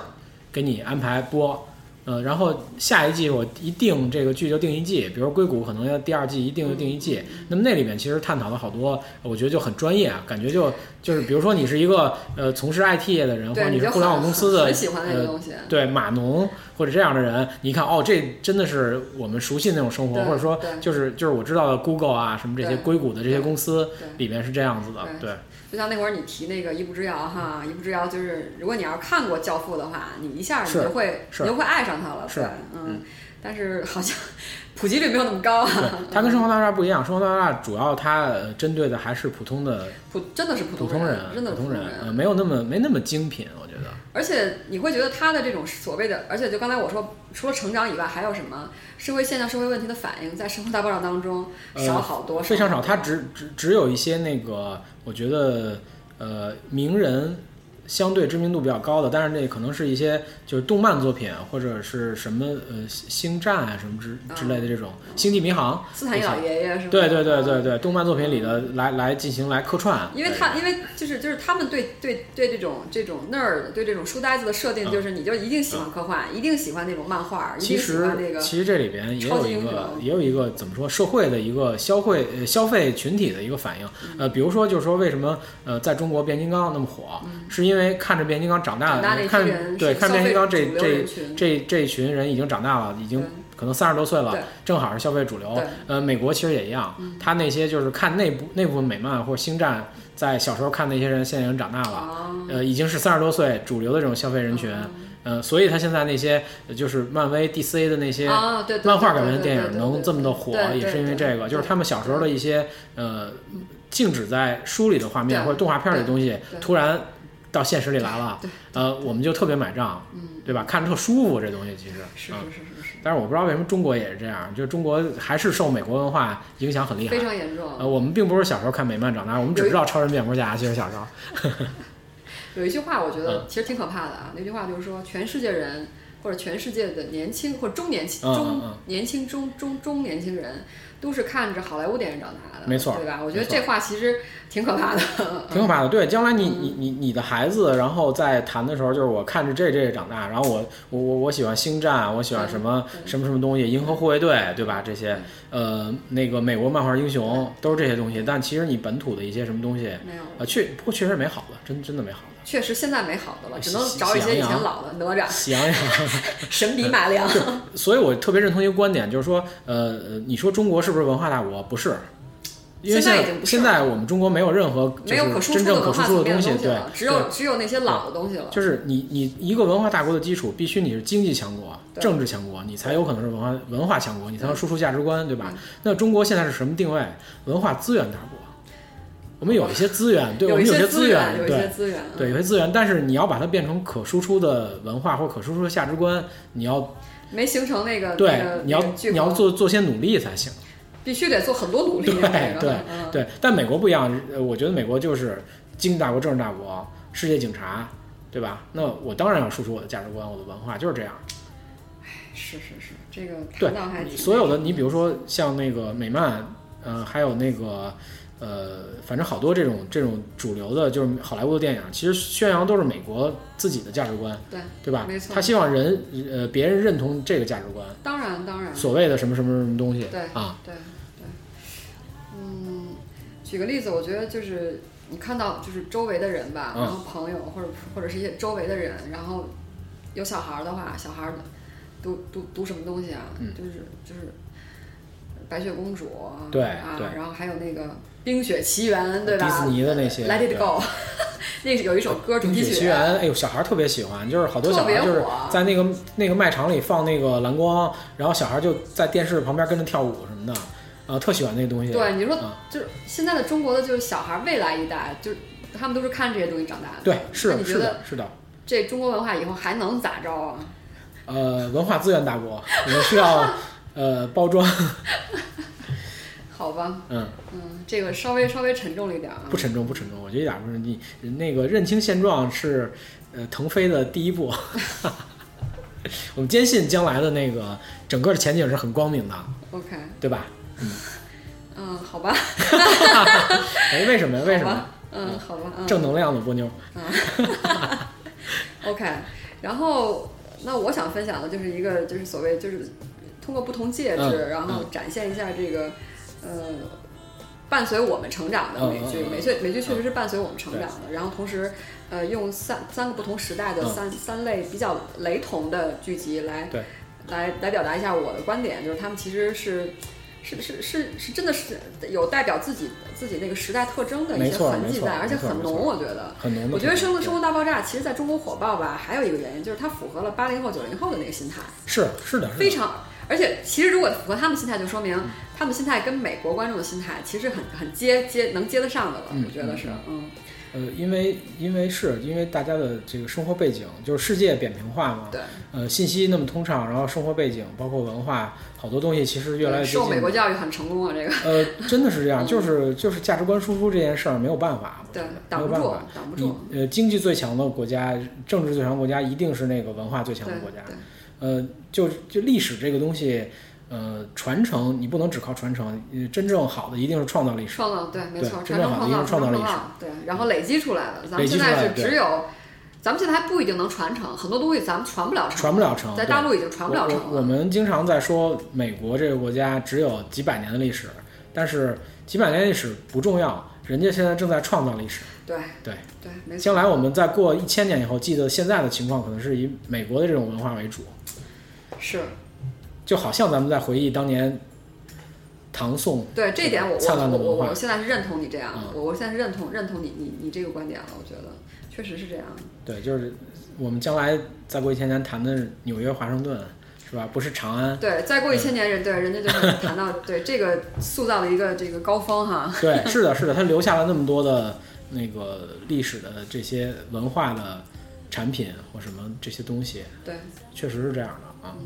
Speaker 1: 给你安排播。呃，然后下一季我一定这个剧就定一季，比如硅谷可能要第二季一定就定一
Speaker 2: 嗯
Speaker 1: 季。那么那里面其实探讨了好多，我觉得就很专业啊，感觉就就是比如说你是一个呃从事 IT 业的人，或者
Speaker 2: 对，
Speaker 1: 你
Speaker 2: 你
Speaker 1: 是
Speaker 2: 就
Speaker 1: 互联网
Speaker 2: 很
Speaker 1: 公司的
Speaker 2: 很喜欢那个
Speaker 1: 呃
Speaker 2: 东西。
Speaker 1: 对码农或者这样的人，你一看哦，这真的是我们熟悉的那种生活，
Speaker 2: 对
Speaker 1: 或者说
Speaker 2: 对
Speaker 1: 就是就是我知道的 Google 啊什么这些
Speaker 2: 对
Speaker 1: 硅谷的这些公司里
Speaker 2: 对
Speaker 1: 面是这样子的，对
Speaker 2: 就像那会儿你提那个《一步之遥》哈，《一步之遥》就是如果你要是看过《教父》的话，你一下你
Speaker 1: 是
Speaker 2: 就会
Speaker 1: 是
Speaker 2: 你就会爱上它了。
Speaker 1: 是
Speaker 2: 对，嗯，但是好像 普及率没有那么高啊。
Speaker 1: 对，它跟生活大爆炸不一样，生活大爆炸主要它呃针对的还是普通的
Speaker 2: 普真的是普
Speaker 1: 普
Speaker 2: 通
Speaker 1: 通人，
Speaker 2: 真的
Speaker 1: 普
Speaker 2: 是
Speaker 1: 通
Speaker 2: 通
Speaker 1: 人，呃，没有那么没那么精品，我觉得
Speaker 2: 而且你会觉得他的这种所谓的，而且就刚才我说，除了成长以外，还有什么社会现象、社会问题的反应，在生活大爆炸当中
Speaker 1: 呃
Speaker 2: 少好多，
Speaker 1: 非常
Speaker 2: 好
Speaker 1: 少，
Speaker 2: 多
Speaker 1: 它只只只有一些那个，我觉得呃名人。相对知名度比较高的，但是那可能是一些就是动漫作品啊或者是什么呃星战啊什么之之类的这种
Speaker 2: 嗯
Speaker 1: 星际迷航，
Speaker 2: 斯坦尼老爷爷是吧？
Speaker 1: 对对
Speaker 2: 嗯
Speaker 1: 对对对，动漫作品里的来来进行来客串，
Speaker 2: 因为他，因为就是就是他们对对对这种这种 nerd 对这种书呆子的设定，
Speaker 1: 嗯
Speaker 2: 就是你就一定喜欢科幻，一定喜欢那种漫画，一
Speaker 1: 其
Speaker 2: 定喜
Speaker 1: 实
Speaker 2: 欢那个
Speaker 1: 其实这里边也有一
Speaker 2: 超级英
Speaker 1: 个
Speaker 2: 雄
Speaker 1: 也有一个怎么说社会的一个消费呃消费群体的一个反应，
Speaker 2: 嗯
Speaker 1: 呃，比如说就是说为什么呃在中国变形金刚那么火，是因为看着变形金刚长大
Speaker 2: 嗯长
Speaker 1: 的
Speaker 2: 大那
Speaker 1: 人，
Speaker 2: 批
Speaker 1: 看
Speaker 2: 人，
Speaker 1: 对
Speaker 2: 是
Speaker 1: 看
Speaker 2: 消
Speaker 1: 变形
Speaker 2: 费
Speaker 1: 金刚这
Speaker 2: 主流
Speaker 1: 这
Speaker 2: 人群
Speaker 1: 这这群人已经长大了，已经
Speaker 2: 对
Speaker 1: 可能三十多岁了
Speaker 2: 对，
Speaker 1: 正好是消费主流
Speaker 2: 对。嗯
Speaker 1: 呃，美国其实也一样，他那些就是看那部那部分美漫或者星战，在小时候看那些人，现在已经长大了。
Speaker 2: 啊，
Speaker 1: 呃，已经是三十多岁主流的这种消费人群，
Speaker 2: 嗯
Speaker 1: 呃，所以他现在那些呃就是漫威、DC 的那些
Speaker 2: 啊，对对对
Speaker 1: 漫画改编的
Speaker 2: 对对
Speaker 1: 电
Speaker 2: 对
Speaker 1: 影
Speaker 2: 对
Speaker 1: 能这么的火
Speaker 2: 对，对
Speaker 1: 也是因为
Speaker 2: 对
Speaker 1: 这个，
Speaker 2: 对
Speaker 1: 就是他们小时候的一些呃静止在书里的画面
Speaker 2: 对
Speaker 1: 或者动画片里的东西，
Speaker 2: 对
Speaker 1: 突然到现实里来了，呃，我们就特别买账，对吧？看着特舒服，这东西其实
Speaker 2: 嗯是
Speaker 1: 嗯
Speaker 2: 是是是
Speaker 1: 但是我不知道为什么中国也是这样，就中国还是受美国文化影响很厉
Speaker 2: 是，
Speaker 1: 害
Speaker 2: 非。常严重。
Speaker 1: 呃，我们并不是小时候看美漫长大，我们只
Speaker 2: 有一
Speaker 1: 知道超人变魔侠。其实小时候，
Speaker 2: 有一句话我觉
Speaker 1: 嗯
Speaker 2: 得其实挺可怕的啊，那句话就是说，全世界人或者全世界的年轻或者中年轻
Speaker 1: 嗯嗯
Speaker 2: 中
Speaker 1: 嗯
Speaker 2: 年轻中中中年轻人，都是看着好莱坞电影长大的，
Speaker 1: 没错
Speaker 2: 对吧？我觉得
Speaker 1: 没错
Speaker 2: 这话其实挺可怕的，
Speaker 1: 挺可怕的。对，将来你你你你的孩子，然后在谈的时候，就是我看着这这长大，然后我我我我喜欢星战，我喜欢什么什么什么东西，银河护卫队，对吧？这些呃那个美国漫画英雄都是这些东西，但其实你本土的一些什么东西，
Speaker 2: 没有。
Speaker 1: 呃，确不过确实没好的，真真的没好的。
Speaker 2: 确实现在没好的了，
Speaker 1: 呃喜
Speaker 2: 只能找一些以前老的哪 吒、
Speaker 1: 喜 羊羊。
Speaker 2: 神笔马良。
Speaker 1: 所以我特别认同一个观点，就是说，呃，呃你说中国是不是文化大国？不是，因为
Speaker 2: 现在
Speaker 1: 在
Speaker 2: 已经不是
Speaker 1: 现在我们中国没有任何
Speaker 2: 没有
Speaker 1: 就
Speaker 2: 可
Speaker 1: 是
Speaker 2: 输
Speaker 1: 真
Speaker 2: 出
Speaker 1: 正
Speaker 2: 的
Speaker 1: 可
Speaker 2: 文
Speaker 1: 输
Speaker 2: 化
Speaker 1: 出
Speaker 2: 层
Speaker 1: 的
Speaker 2: 面
Speaker 1: 东
Speaker 2: 的
Speaker 1: 西，对
Speaker 2: 东了，，只有只有那些老的东西了。
Speaker 1: 就是你你一个文化大国的基础，必须你是经济强国、
Speaker 2: 对嗯
Speaker 1: 政治强国，你才有可能是文化文化强国，你才能输出价值观，对吧？那中国现在是什么定位？文化资源大国。我们有一些资源，对我
Speaker 2: 有
Speaker 1: 们
Speaker 2: 一
Speaker 1: 些
Speaker 2: 资
Speaker 1: 源，
Speaker 2: 有一
Speaker 1: 对
Speaker 2: 些资源，
Speaker 1: 对，有些资源，但是你要把它变成可输出的文化或可输出的价值观，你要
Speaker 2: 没形呃成那个
Speaker 1: 对
Speaker 2: 那个、
Speaker 1: 你要
Speaker 2: 那个聚合
Speaker 1: 你要做做些努力才行。
Speaker 2: 必须得做很多努力，
Speaker 1: 对
Speaker 2: 这个
Speaker 1: 对
Speaker 2: 嗯
Speaker 1: 对，但美国不一样，呃我觉得美国就是经济大国、政治大国、世界警察，对吧？那我当然要输出我的价值观、我的文化，就是这样。
Speaker 2: 是是是，这个
Speaker 1: 对
Speaker 2: 谈到还挺
Speaker 1: 所有的，你比如说像那个美漫，呃，还有那个呃，反正好多这种这种主流的，就是好莱坞的电影，其实宣扬都是美国自己的价值观，
Speaker 2: 对，
Speaker 1: 对吧？
Speaker 2: 没错
Speaker 1: 他希望人呃别人认同这个价值观，
Speaker 2: 当然当然，
Speaker 1: 所谓的什么什么什么东西，
Speaker 2: 对
Speaker 1: 啊，
Speaker 2: 对对，嗯，举个例子，我觉得就是你看到就是周围的人吧，
Speaker 1: 嗯
Speaker 2: 然后朋友或者或者是一些周围的人，然后有小孩儿的话，小孩儿读读读什么东西啊？
Speaker 1: 嗯
Speaker 2: 就是就是白雪公主啊，
Speaker 1: 对
Speaker 2: 啊
Speaker 1: 对，
Speaker 2: 然后还有那个冰雪奇缘，对吧？
Speaker 1: 迪士尼的那些
Speaker 2: Let It
Speaker 1: 对
Speaker 2: Go，那 是有一首歌主
Speaker 1: 冰
Speaker 2: 题
Speaker 1: 雪奇缘，哎呦，小孩儿特别喜欢，就是好多小孩儿
Speaker 2: 特
Speaker 1: 就是
Speaker 2: 别火
Speaker 1: 在那个那个卖场里放那个蓝光，然后小孩儿就在电视旁边跟着跳舞什么的，啊，特喜欢那个东西。
Speaker 2: 对，你说
Speaker 1: 啊
Speaker 2: 就是现在的中国的就是小孩儿未来一代，就是他们都是看这些东西长大的。
Speaker 1: 对，
Speaker 2: 那
Speaker 1: 是
Speaker 2: 你觉
Speaker 1: 是
Speaker 2: 得
Speaker 1: 的，是的，
Speaker 2: 这中国文化以后还能咋着啊？
Speaker 1: 呃，文化资源大国，我们需 要呃包装，
Speaker 2: 好吧，
Speaker 1: 嗯，
Speaker 2: 嗯，这个稍微稍微沉重了一点啊
Speaker 1: 不。沉重不沉重，我觉得一点不沉重。你那个认清现状是呃腾飞的第一步， 我们坚信将来的那个整个的前景是很光明的，
Speaker 2: OK，
Speaker 1: 对吧？
Speaker 2: 嗯，好吧，
Speaker 1: 哎，为什么呀？为什
Speaker 2: 好
Speaker 1: 么
Speaker 2: 吧？，嗯，好吧，嗯
Speaker 1: 正能量的波妞，
Speaker 2: ，OK。然后，那我想分享的就是一个，就是所谓就是通过不同介质，
Speaker 1: 嗯
Speaker 2: 然后展现一下这个，呃，伴随我们成长的
Speaker 1: 嗯
Speaker 2: 美剧，
Speaker 1: 嗯嗯
Speaker 2: 美剧美剧确实是伴随我们成长的。然后同时，呃，用三三个不同时代的
Speaker 1: 嗯
Speaker 2: 三、三类比较雷同的剧集来
Speaker 1: 对
Speaker 2: 来来表达一下我的观点，就是他们其实是。是是是是，真的是有代表自己自己那个时代特征的一
Speaker 1: 没
Speaker 2: 些
Speaker 1: 错
Speaker 2: 痕
Speaker 1: 没
Speaker 2: 迹
Speaker 1: 错
Speaker 2: 在，而且
Speaker 1: 没错
Speaker 2: 很
Speaker 1: 没
Speaker 2: 浓，
Speaker 1: 错
Speaker 2: 我觉得。
Speaker 1: 很浓的。
Speaker 2: 我觉得《生活生活大爆炸》其实在中国火爆吧，还有一个原因就是它符合了八零后、九零后的那个心态，
Speaker 1: 是是的，是的
Speaker 2: 非常。而且其实如果符合他们心态，就说
Speaker 1: 嗯
Speaker 2: 明他们心态跟美国观众的心态其实很很接接能接得上的了，
Speaker 1: 嗯
Speaker 2: 我觉得是，嗯，
Speaker 1: 呃，因为因为是因为大家的这个生活背景，就是世界扁平化嘛，
Speaker 2: 对，
Speaker 1: 呃，信息那么通畅，然后生活背景包括文化，好多东西其实越来越接
Speaker 2: 受美
Speaker 1: 近
Speaker 2: 国。教育很成功啊，这个
Speaker 1: 呃，真的是这样，
Speaker 2: 嗯
Speaker 1: 就是就是价值观输出这件事儿没有办法，
Speaker 2: 对
Speaker 1: 我觉得
Speaker 2: 挡不
Speaker 1: 没有
Speaker 2: 住
Speaker 1: 办法。，
Speaker 2: 挡不
Speaker 1: 你
Speaker 2: 住，
Speaker 1: 呃，经济最强的国家，政治最强的国家，一定是那个文化最
Speaker 2: 对
Speaker 1: 强的国家。
Speaker 2: 对，
Speaker 1: 呃，就就历史这个东西，呃，传承你不能只靠传承，呃真正好的一定是创造历史。
Speaker 2: 创造对，没
Speaker 1: 对
Speaker 2: 错，
Speaker 1: 真正
Speaker 2: 传承
Speaker 1: 好的
Speaker 2: 创
Speaker 1: 一
Speaker 2: 造，
Speaker 1: 个创造
Speaker 2: 承
Speaker 1: 历史
Speaker 2: 对，然后累积出来的，咱们
Speaker 1: 累积
Speaker 2: 现
Speaker 1: 出来
Speaker 2: 在是
Speaker 1: 的对
Speaker 2: 只有，咱们现在还不一定能传承，很多东西咱们传不了承，
Speaker 1: 传不了承，
Speaker 2: 在
Speaker 1: 对
Speaker 2: 大陆已经传不了承
Speaker 1: 我我。我
Speaker 2: 了，
Speaker 1: 们经常在说美国这个国家只有几百年的历史，但是几百年历史不重要，人家现在正在创造历史。
Speaker 2: 对
Speaker 1: 对，
Speaker 2: 对，没错。
Speaker 1: 将来我们再过一千年以后，记得现在的情况可能是以美国的这种文化为主，
Speaker 2: 是
Speaker 1: 就好像咱们在回忆当年唐宋。
Speaker 2: 对这一点我，
Speaker 1: 灿
Speaker 2: 我
Speaker 1: 烂的
Speaker 2: 我我
Speaker 1: 文化
Speaker 2: 我现在是认同你这样，
Speaker 1: 嗯
Speaker 2: 我、我现在是认同认同你你你这个观点了，我觉得确实是这样。
Speaker 1: 对，就是我们将来再过一千年谈的是纽约、华盛顿，是吧？不是长安。
Speaker 2: 对，再过
Speaker 1: 嗯
Speaker 2: 一千年人，对人家就会谈到对这个塑造了一个这个高峰哈，
Speaker 1: 对，是的，是的，它留下了那么多的那个历史的这些文化的产品或什么这些东西，
Speaker 2: 对。
Speaker 1: 确实是这样的
Speaker 2: 嗯
Speaker 1: 啊。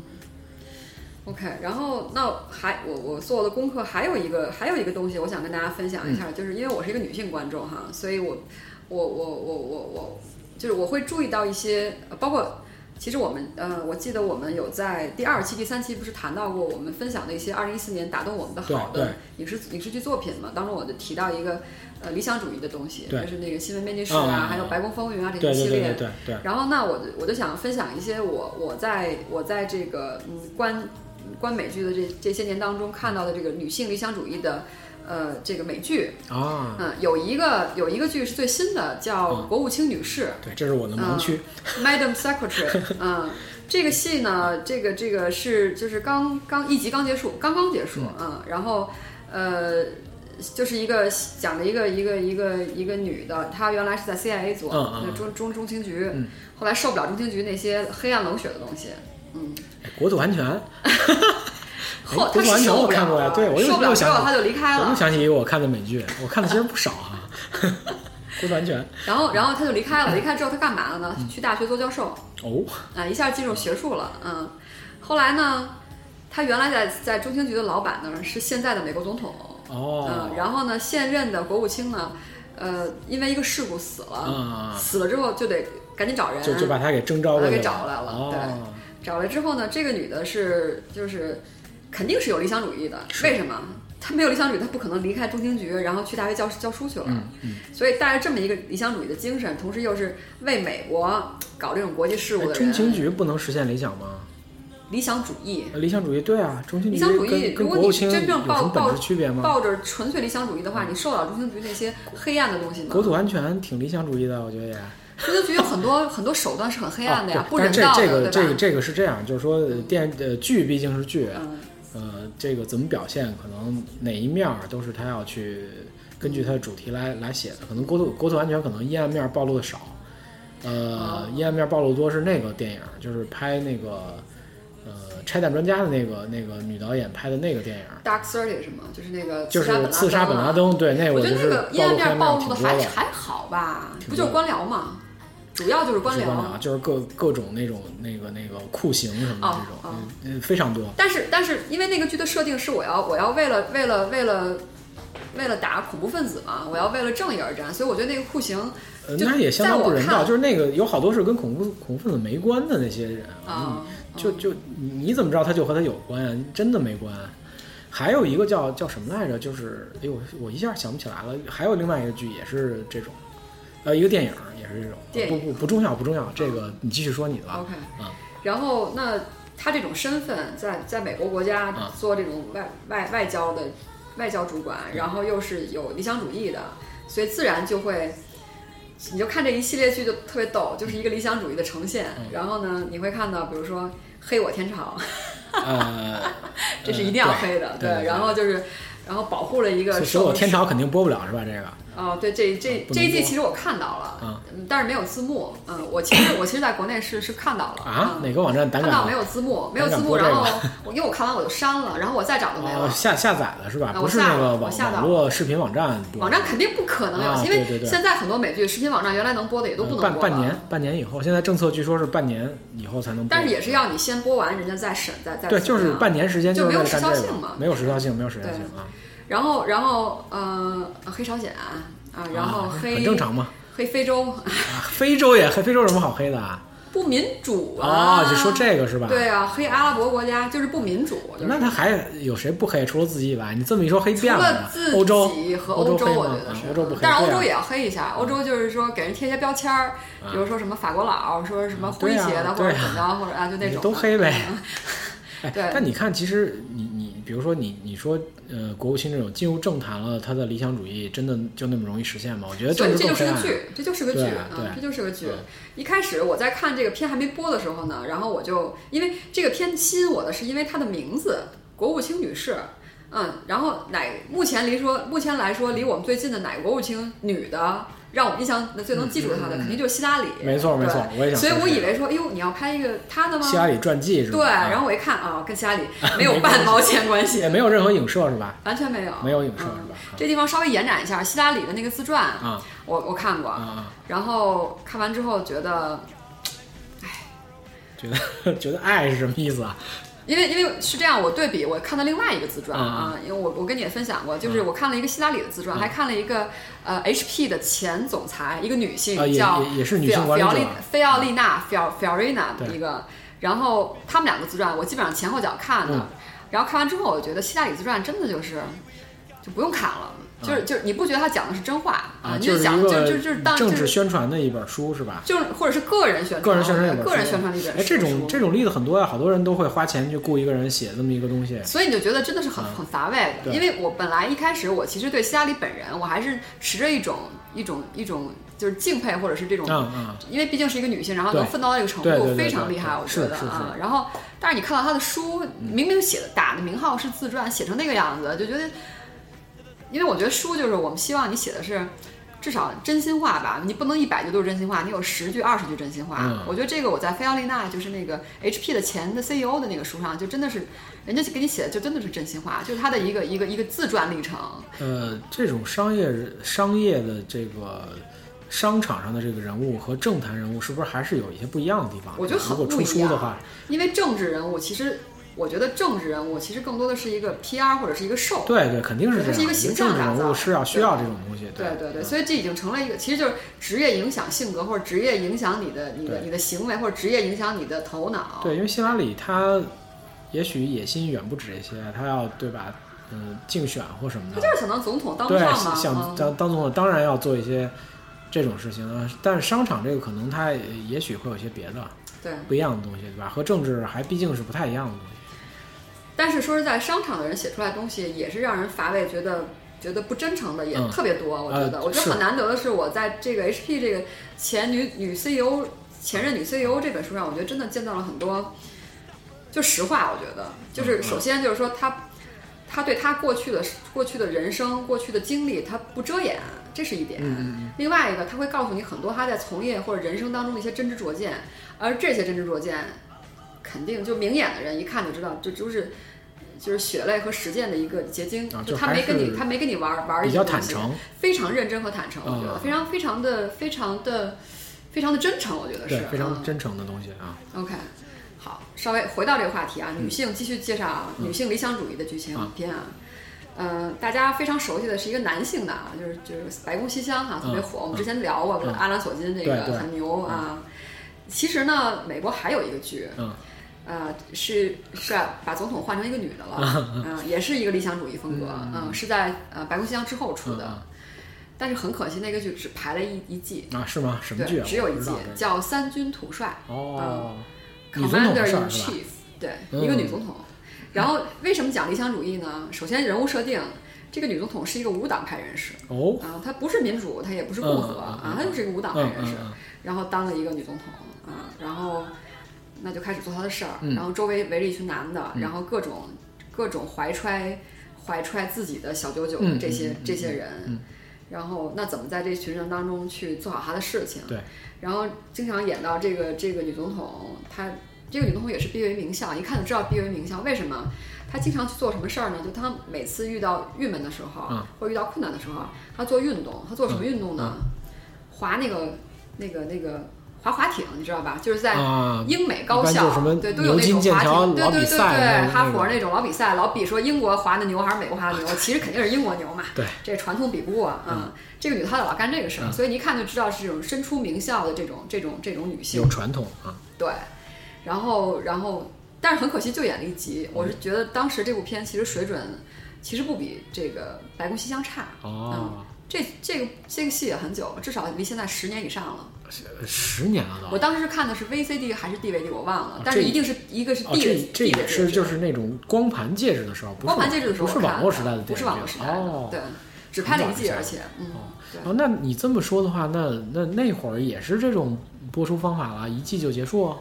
Speaker 2: OK，然后那还我我做的功课还有一个还有一个东西，我想跟大家分享一
Speaker 1: 嗯
Speaker 2: 下，就是因为我是一个女性观众哈，所以我我我我我我就是我会注意到一些，呃包括其实我们呃，我记得我们有在第二期、第三期不是谈到过我们分享的一些二零一四年打动我们的好
Speaker 1: 对对
Speaker 2: 的影视影视剧作品嘛，当中我就提到一个呃理想主义的东西，
Speaker 1: 对
Speaker 2: 就是那个新闻编辑室
Speaker 1: 啊啊
Speaker 2: 啊
Speaker 1: 啊，
Speaker 2: 还有白宫风云啊这
Speaker 1: 对
Speaker 2: 些
Speaker 1: 对
Speaker 2: 系
Speaker 1: 对
Speaker 2: 列
Speaker 1: 对，对对，
Speaker 2: 然后那我就我就想分享一些我我在我在这个嗯观观美剧的这这些年当中看到的这个女性理想主义的呃这个美剧，
Speaker 1: 啊，
Speaker 2: 嗯，有一个有一个剧是最新的，叫
Speaker 1: 嗯
Speaker 2: 《国务卿女士》。
Speaker 1: 对，这是我的盲区。
Speaker 2: 嗯 Madam Secretary，嗯，这个戏呢，这个这个是就是刚刚一集刚结束，刚刚结束，嗯，然后呃，就是一个讲的一个一个一个一个女的，她原来是在 CIA 做，
Speaker 1: 嗯嗯嗯
Speaker 2: 就中中中情局，
Speaker 1: 嗯
Speaker 2: 后来受不了中情局那些黑暗冷血的东西，嗯，
Speaker 1: 哎国土安 全，
Speaker 2: 啊后她
Speaker 1: 国土安全
Speaker 2: 是受
Speaker 1: 我
Speaker 2: 不了
Speaker 1: 看过呀对我又
Speaker 2: 受不了
Speaker 1: 又
Speaker 2: 之
Speaker 1: 想
Speaker 2: 后
Speaker 1: 起
Speaker 2: 她就离开
Speaker 1: 我
Speaker 2: 了
Speaker 1: 又，想起一个我看的美剧，我看的其实不少啊。 孤团拳
Speaker 2: 然后，然后他就 离开了。离开之后，他干嘛了呢？
Speaker 1: 嗯
Speaker 2: 去大学做教授，
Speaker 1: 哦，
Speaker 2: 啊，一下进入学术了。嗯，后来呢，他原来在在中情局的老板呢是现在的美国总统，
Speaker 1: 哦
Speaker 2: 嗯，，然后呢，现任的国务卿呢，呃，因为一个事故死了，
Speaker 1: 啊，
Speaker 2: 死了之后就得赶紧找人，
Speaker 1: 就就把他给征召过去
Speaker 2: 把他给找来了
Speaker 1: 哦，
Speaker 2: 找来之后呢，这个女的是就是肯定是有理想主义的，为什么？她没有理想主义，她不可能离开中情局，然后去大学教教书去了。
Speaker 1: 嗯嗯，
Speaker 2: 所以带着这么一个理想主义的精神，同时又是为美国搞这种国际事务
Speaker 1: 哎
Speaker 2: 的
Speaker 1: 中
Speaker 2: 人，
Speaker 1: 情局不能实现理想吗？
Speaker 2: 理想主义。
Speaker 1: 呃理想主义对啊，中情
Speaker 2: 理
Speaker 1: 局
Speaker 2: 想主义
Speaker 1: 跟跟
Speaker 2: 如果
Speaker 1: 国务
Speaker 2: 你
Speaker 1: 卿有
Speaker 2: 真
Speaker 1: 什
Speaker 2: 正抱
Speaker 1: 么本质区别吗？
Speaker 2: 抱着纯粹理想主义的话，你受得了中情局那些黑暗的东西吗？
Speaker 1: 国土安全挺理想主义的，我觉得也。
Speaker 2: 中情局有很多很多手段是很黑暗的呀
Speaker 1: 啊，
Speaker 2: 不
Speaker 1: 对
Speaker 2: 人道
Speaker 1: 但这
Speaker 2: 的，
Speaker 1: 这个这
Speaker 2: 对
Speaker 1: 个
Speaker 2: 吧？
Speaker 1: 这个是这样，就是说呃电呃剧毕竟是剧，
Speaker 2: 嗯，
Speaker 1: 呃，这个怎么表现，可能哪一面儿都是他要去根据他的主题来来写的。可能国土国土安全可能阴暗面儿暴露的少，
Speaker 2: 哦
Speaker 1: 呃，阴暗面儿暴露多是那个电影儿，就是拍那个呃拆弹专家的那个那个女导演拍的那个电影儿，
Speaker 2: Dark Thirty 是吗？就是那个
Speaker 1: 就是刺杀
Speaker 2: 杀
Speaker 1: 本
Speaker 2: 拉
Speaker 1: 拉
Speaker 2: 登啊。
Speaker 1: 登，对，那
Speaker 2: 我
Speaker 1: 我
Speaker 2: 觉
Speaker 1: 就
Speaker 2: 得那
Speaker 1: 是
Speaker 2: 个阴
Speaker 1: 暴
Speaker 2: 暗
Speaker 1: 露黑
Speaker 2: 面
Speaker 1: 暗面
Speaker 2: 暴
Speaker 1: 儿
Speaker 2: 露
Speaker 1: 挺
Speaker 2: 的
Speaker 1: 多
Speaker 2: 还
Speaker 1: 的。
Speaker 2: 还好吧，
Speaker 1: 挺
Speaker 2: 不
Speaker 1: 多
Speaker 2: 就是官僚吗？主要就是官
Speaker 1: 是
Speaker 2: 僚。
Speaker 1: 官僚，啊就是各各种那种那个那个酷刑什么的
Speaker 2: 哦
Speaker 1: 这种，
Speaker 2: 哦
Speaker 1: 嗯、嗯非常多。
Speaker 2: 但是但是因为那个剧的设定是我要我要为了为了为了为了打恐怖分子嘛，我要为了正义而战，所以我觉得那个酷刑
Speaker 1: 呃，
Speaker 2: 就
Speaker 1: 那也相当
Speaker 2: 在我
Speaker 1: 不人道，
Speaker 2: 看
Speaker 1: 就是那个有好多是跟恐怖恐怖分子没关的那些人
Speaker 2: 啊，
Speaker 1: 你嗯就就你你怎么知道他就和他有关啊？真的没关。还有一个叫叫什么来着？就是哎呦，我我一下想不起来了。还有另外一个剧也是这种，呃，一个电影也是这种，
Speaker 2: 电
Speaker 1: 不
Speaker 2: 影哦
Speaker 1: 不不重要不重要，这个你继续说你的吧。
Speaker 2: OK，
Speaker 1: 啊
Speaker 2: 然后那他这种身份在在美国国家
Speaker 1: 啊
Speaker 2: 做这种外外外交的外交主管，然后又是有理想主义的，所以自然就会。你就看这一系列剧就特别逗，就是一个理想主义的呈现。
Speaker 1: 嗯
Speaker 2: 然后呢，你会看到，比如说《黑我天朝》，
Speaker 1: 呃，
Speaker 2: 这是
Speaker 1: 呃
Speaker 2: 一定要
Speaker 1: 对
Speaker 2: 黑的，
Speaker 1: 对对对
Speaker 2: 然后就是，然后保护了一个
Speaker 1: 所以
Speaker 2: 受
Speaker 1: 所以我天朝肯定播不了是吧？这个
Speaker 2: 哦，对，这这
Speaker 1: 不能
Speaker 2: 这一季
Speaker 1: 播
Speaker 2: 其实我看到了
Speaker 1: 啊，
Speaker 2: 嗯但是没有字幕。嗯，我其实我其实在国内是是看到了
Speaker 1: 啊，
Speaker 2: 嗯
Speaker 1: 哪个网站胆
Speaker 2: 看
Speaker 1: 敢
Speaker 2: 到没有字幕，没有字幕，
Speaker 1: 胆敢
Speaker 2: 然
Speaker 1: 播
Speaker 2: 后
Speaker 1: 这
Speaker 2: 我因为我看完我就删了，然后我再找就没
Speaker 1: 哦
Speaker 2: 了。
Speaker 1: 下下载了是吧？
Speaker 2: 啊
Speaker 1: 不
Speaker 2: 我
Speaker 1: 是
Speaker 2: 下
Speaker 1: 那
Speaker 2: 了
Speaker 1: 个
Speaker 2: 我
Speaker 1: 网
Speaker 2: 下到
Speaker 1: 网络视频网站播的，
Speaker 2: 网站肯定不可能
Speaker 1: 啊
Speaker 2: 有，因
Speaker 1: 对对
Speaker 2: 为
Speaker 1: 对嗯
Speaker 2: 现在很多美剧视频网站原来能播的也都不能播
Speaker 1: 半
Speaker 2: 了
Speaker 1: 半年，半年以后，现在政策据说是半年以后才能播，
Speaker 2: 但是也是要你先播完，人家再审，再再
Speaker 1: 对，
Speaker 2: 怎
Speaker 1: 就
Speaker 2: 么
Speaker 1: 是
Speaker 2: 样
Speaker 1: 半年时间
Speaker 2: 啊就是
Speaker 1: 为
Speaker 2: 没有
Speaker 1: 了干
Speaker 2: 时效
Speaker 1: 这
Speaker 2: 性
Speaker 1: 个
Speaker 2: 嘛，
Speaker 1: 没有时效性，没有时效性啊，
Speaker 2: 然后然后呃，黑朝鲜啊，然后
Speaker 1: 啊
Speaker 2: 黑
Speaker 1: 很正常嘛。
Speaker 2: 黑非洲
Speaker 1: 啊非洲也黑，非洲有什么好黑的啊？
Speaker 2: 不民主
Speaker 1: 哦，，
Speaker 2: 啊
Speaker 1: 就说这个是吧？
Speaker 2: 对啊，黑阿拉伯国家就是不民主，就是
Speaker 1: 那他还有谁不黑？除了自己以外，你这么一说黑
Speaker 2: 除
Speaker 1: 遍
Speaker 2: 了
Speaker 1: 了
Speaker 2: 自。
Speaker 1: 欧洲
Speaker 2: 己和
Speaker 1: 欧洲
Speaker 2: 洲，
Speaker 1: 黑
Speaker 2: 我
Speaker 1: 吗
Speaker 2: 觉得
Speaker 1: 啊
Speaker 2: 是，
Speaker 1: 欧洲不黑
Speaker 2: 但是
Speaker 1: 对
Speaker 2: 欧
Speaker 1: 啊
Speaker 2: 洲也要黑一下，欧洲就是说给人贴一些标签儿，比如说什么法国佬，说什么诙谐
Speaker 1: 对啊
Speaker 2: 的，或
Speaker 1: 对
Speaker 2: 者
Speaker 1: 啊
Speaker 2: 怎么着，或者啊就那
Speaker 1: 你
Speaker 2: 种
Speaker 1: 都
Speaker 2: 的
Speaker 1: 黑呗。
Speaker 2: 嗯
Speaker 1: 哎
Speaker 2: 对，
Speaker 1: 但你看，其实你你比如说你你说呃，国务卿这种进入政坛了，他的理想主义真的就那么容易实现吗？我觉得
Speaker 2: 所
Speaker 1: 政
Speaker 2: 以
Speaker 1: 治
Speaker 2: 这
Speaker 1: 更
Speaker 2: 就是
Speaker 1: 黑
Speaker 2: 个
Speaker 1: 暗。
Speaker 2: 剧，这就是个剧
Speaker 1: 对
Speaker 2: 啊
Speaker 1: 对，
Speaker 2: 这就是个剧。一开始我在看这个片还没播的时候呢，然后我就因为这个片吸引我的是因为它的名字——国务卿女士。嗯，然后哪目前离说目前来说离我们最近的哪个国务卿女的，让我们印象最能记住她的，肯定就是希拉里。
Speaker 1: 嗯没错没错
Speaker 2: 对
Speaker 1: 我也想
Speaker 2: 所以
Speaker 1: 说
Speaker 2: 我
Speaker 1: 是
Speaker 2: 以为说，哎呦，你要拍一个她的吗？
Speaker 1: 希拉里传记是吧？
Speaker 2: 对，
Speaker 1: 啊
Speaker 2: 然后我一看啊，跟希 拉里没
Speaker 1: 没
Speaker 2: 有
Speaker 1: 关系
Speaker 2: 半毛钱关系
Speaker 1: 也，没有任何影射是吧？
Speaker 2: 完全没有，
Speaker 1: 没有影射是
Speaker 2: 嗯
Speaker 1: 吧？
Speaker 2: 这地方稍微延展一下，希拉里的那个自传，
Speaker 1: 啊
Speaker 2: 我我看过，
Speaker 1: 啊啊！
Speaker 2: 然后看完之后觉得，
Speaker 1: 觉得觉得爱是什么意思啊？
Speaker 2: 因为因为是这样，我对比我看到另外一个自传
Speaker 1: 嗯
Speaker 2: 啊，因为我我跟你也分享过，就是我看了一个希拉里的自传，还看了一个呃 HP 的前总裁，一个女性
Speaker 1: 啊也
Speaker 2: 叫
Speaker 1: 也也是女性
Speaker 2: 菲
Speaker 1: 管理
Speaker 2: 奥
Speaker 1: 者嗯
Speaker 2: 利菲奥丽娜菲奥菲奥瑞娜
Speaker 1: 对
Speaker 2: 一个，然后他们两个自传我基本上前后脚看的，
Speaker 1: 嗯
Speaker 2: 然后看完之后，我觉得希拉里自传真的就是就不用看了。就是就是，你不觉得他讲的是真话
Speaker 1: 嗯啊，
Speaker 2: 你
Speaker 1: 就是
Speaker 2: 讲
Speaker 1: 一
Speaker 2: 就
Speaker 1: 个
Speaker 2: 就就是当就
Speaker 1: 政治
Speaker 2: 是
Speaker 1: 宣传的一本书是吧？
Speaker 2: 就是或者是个人宣传，
Speaker 1: 个人宣传一本书，
Speaker 2: 个人宣传的一本
Speaker 1: 哎，这
Speaker 2: 书
Speaker 1: 种这种例子很多呀，好多人都会花钱去雇一个人写这么一个东西。
Speaker 2: 所以你就觉得真的是很、很乏味的，
Speaker 1: 嗯对
Speaker 2: 因为我本来一开始我其实对希拉里本人，我还是持着一种一种一种就是敬佩或者是这种，
Speaker 1: 嗯嗯，
Speaker 2: 因为毕竟是一个女性，然后
Speaker 1: 对
Speaker 2: 能奋斗到这个程
Speaker 1: 对对
Speaker 2: 度
Speaker 1: 对对
Speaker 2: 非常厉害，
Speaker 1: 对
Speaker 2: 我觉得
Speaker 1: 是嗯是
Speaker 2: 啊。然后，但是你看到她的书，明明写的打的名号是自传，写成那个样子，就觉得，因为我觉得书就是我们希望你写的是至少真心话吧，你不能一百句都是真心话，你有十句、二十句真心话。
Speaker 1: 嗯
Speaker 2: 我觉得这个我在菲奥丽娜就是那个 HP 的前的 CEO 的那个书上，就真的是人家给你写的就真的是真心话，就是他的一个一个一个自传历程。
Speaker 1: 呃，这种商业商业的这个商场上的这个人物和政坛人物，是不是还是有一些不一样的地方？
Speaker 2: 我觉得
Speaker 1: 啊
Speaker 2: 很
Speaker 1: 如果
Speaker 2: 不
Speaker 1: 出
Speaker 2: 一
Speaker 1: 书
Speaker 2: 样
Speaker 1: 的话，
Speaker 2: 因为政治人物其实，我觉得政治人物其实更多的是一个 PR 或者是一个 show。
Speaker 1: 对对，肯定是这
Speaker 2: 它
Speaker 1: 样。
Speaker 2: 是一个形象
Speaker 1: 政治
Speaker 2: 打
Speaker 1: 人
Speaker 2: 造
Speaker 1: 物是要需
Speaker 2: 对
Speaker 1: 要这种东西，
Speaker 2: 对对
Speaker 1: 对嗯
Speaker 2: 对，所以这已经成了一个，其实就是职业影响性格，或者职业影响你的、你的、
Speaker 1: 对
Speaker 2: 你的行为，或者职业影响你的头脑。
Speaker 1: 对，因为希拉里他也许野心远不止这些，他要对吧？嗯，竞选或什么
Speaker 2: 他
Speaker 1: 的
Speaker 2: 就，是想当总统，当不
Speaker 1: 对
Speaker 2: 上，
Speaker 1: 想
Speaker 2: 嘛
Speaker 1: 想。
Speaker 2: 嗯
Speaker 1: 当当总统当然要做一些这种事情啊，但是商场这个可能他也也许会有些别的
Speaker 2: 对，
Speaker 1: 不一样的东西，对吧？和政治还毕竟是不太一样的东西。
Speaker 2: 但是说实在，商场的人写出来的东西也是让人乏味，觉得觉得不真诚的也
Speaker 1: 嗯
Speaker 2: 特别多。我觉得，
Speaker 1: 呃
Speaker 2: 我觉
Speaker 1: 是
Speaker 2: 得很难得的是，我在这个 HP 这个前女女 CEO 前任女 CEO 这本书上，我觉得真的见到了很多，就实话，我觉得就
Speaker 1: 嗯
Speaker 2: 是
Speaker 1: 嗯
Speaker 2: 首先就是说她。她对她过去的过去的人生、过去的经历，她不遮掩，这是一点。
Speaker 1: 嗯嗯嗯，
Speaker 2: 另外一个，他会告诉你很多他在从业或者人生当中的一些真知灼见，而这些真知灼见，肯定就明眼的人一看就知道，这就是就是血泪和实践的一个结晶。
Speaker 1: 啊
Speaker 2: 就
Speaker 1: 就
Speaker 2: 他
Speaker 1: 还
Speaker 2: 没跟你，
Speaker 1: 是
Speaker 2: 他没跟你玩儿玩儿
Speaker 1: 比
Speaker 2: 一
Speaker 1: 较
Speaker 2: 个
Speaker 1: 坦
Speaker 2: 东西，
Speaker 1: 诚，
Speaker 2: 非常认真和坦诚，我觉
Speaker 1: 嗯
Speaker 2: 得非常非常的非常的非常的真诚，我觉得是
Speaker 1: 对，非常
Speaker 2: 嗯
Speaker 1: 真诚的东西啊。
Speaker 2: OK，好，稍微回到这个话题啊，
Speaker 1: 嗯
Speaker 2: 女性继续介绍啊，女性理想主义的剧情
Speaker 1: 啊
Speaker 2: 片啊。呃，大家非常熟悉的是一个男性的啊，就是就是《白宫西厢》哈，特别
Speaker 1: 嗯
Speaker 2: 火。我们之前聊过，
Speaker 1: 嗯
Speaker 2: 阿兰索金这
Speaker 1: 对
Speaker 2: 个
Speaker 1: 对
Speaker 2: 很牛啊。其实呢，美国还有一个剧，
Speaker 1: 嗯
Speaker 2: 呃，是是把总统换成一个女的了，嗯，也是一个理想主义风格，
Speaker 1: 嗯
Speaker 2: 嗯，是在呃《白宫西厢》之后出
Speaker 1: 嗯
Speaker 2: 的。但是很可惜，那个剧只排了一一季，
Speaker 1: 啊，是吗？什么剧
Speaker 2: 对，
Speaker 1: 啊？
Speaker 2: 只有
Speaker 1: 我
Speaker 2: 一
Speaker 1: 不知
Speaker 2: 季
Speaker 1: 道这，个
Speaker 2: 叫《三军统帅》。
Speaker 1: 哦，女总统
Speaker 2: Commander
Speaker 1: 的事
Speaker 2: in
Speaker 1: 儿是吧？
Speaker 2: Chief，对，
Speaker 1: 嗯
Speaker 2: 一个女总统。然后为什么讲理想主义呢？首先人物设定，这个女总统是一个无党派人士
Speaker 1: 哦，
Speaker 2: 啊，她不是民主，她也不是共和
Speaker 1: 嗯嗯嗯
Speaker 2: 啊，她就是一个无党派
Speaker 1: 嗯
Speaker 2: 人士
Speaker 1: 嗯。嗯，
Speaker 2: 然后当了一个女总统啊，然后那就开始做她的事儿，
Speaker 1: 嗯
Speaker 2: 然后周围围着一群男的，然后各种各种怀揣怀揣自己的小九九
Speaker 1: 嗯
Speaker 2: 的这些
Speaker 1: 嗯嗯
Speaker 2: 这些人
Speaker 1: 嗯，
Speaker 2: 然后那怎么在这群人当中去做好她的事情？
Speaker 1: 对，
Speaker 2: 然后经常演到这个这个女总统，她这个女总统也是毕业于名校，一看就知道毕业于名校，为什么？她经常去做什么事儿呢？就她每次遇到郁闷的时候，
Speaker 1: 嗯
Speaker 2: 或者遇到困难的时候，她做运动。她做什么运动呢？滑那个那个那个滑滑艇，你知道吧？就是在
Speaker 1: 啊，
Speaker 2: 英美高
Speaker 1: 一般就
Speaker 2: 校，
Speaker 1: 是什么
Speaker 2: 对都有
Speaker 1: 牛
Speaker 2: 那种
Speaker 1: 津
Speaker 2: 滑
Speaker 1: 剑桥
Speaker 2: 艇，对
Speaker 1: 老
Speaker 2: 对
Speaker 1: 比赛
Speaker 2: 对
Speaker 1: 那
Speaker 2: 对，
Speaker 1: 种
Speaker 2: 哈佛那种老比赛，老比说英国滑的牛还是美国滑的牛，其实肯定是英国牛嘛，
Speaker 1: 对，
Speaker 2: 这传统比不过啊。嗯这个女的她老干这个
Speaker 1: 嗯
Speaker 2: 事儿，所以你一看就知道是这种身出名校的这种这种这种女性
Speaker 1: 有，传统啊，
Speaker 2: 对。然后然后，但是很可惜就演了一集，我是
Speaker 1: 嗯
Speaker 2: 觉得当时这部片其实水准其实不比这个《白宫西厢》差，嗯
Speaker 1: 哦，
Speaker 2: 这这个这个戏也很久了，至少离现在十年以上了。
Speaker 1: 十年了都。
Speaker 2: 我当时是看的是 VCD 还是 DVD，我忘了
Speaker 1: 啊，
Speaker 2: 但是
Speaker 1: 哦这
Speaker 2: 一定是一个是
Speaker 1: 哦，
Speaker 2: D 的、
Speaker 1: 这这
Speaker 2: D 的
Speaker 1: 也是
Speaker 2: 介质
Speaker 1: 就是那种光盘介质的时候，不是
Speaker 2: 光盘介质的时候
Speaker 1: 不是
Speaker 2: 我看
Speaker 1: 网络时代的电影剧，
Speaker 2: 不是网络时代的，
Speaker 1: 哦。
Speaker 2: 对，只拍了一季，
Speaker 1: 很早
Speaker 2: 而
Speaker 1: 以
Speaker 2: 且
Speaker 1: 前
Speaker 2: 嗯，
Speaker 1: 哦
Speaker 2: 对
Speaker 1: 哦，那你这么说的话，那那那会儿也是这种播出方法了，一季就结束？啊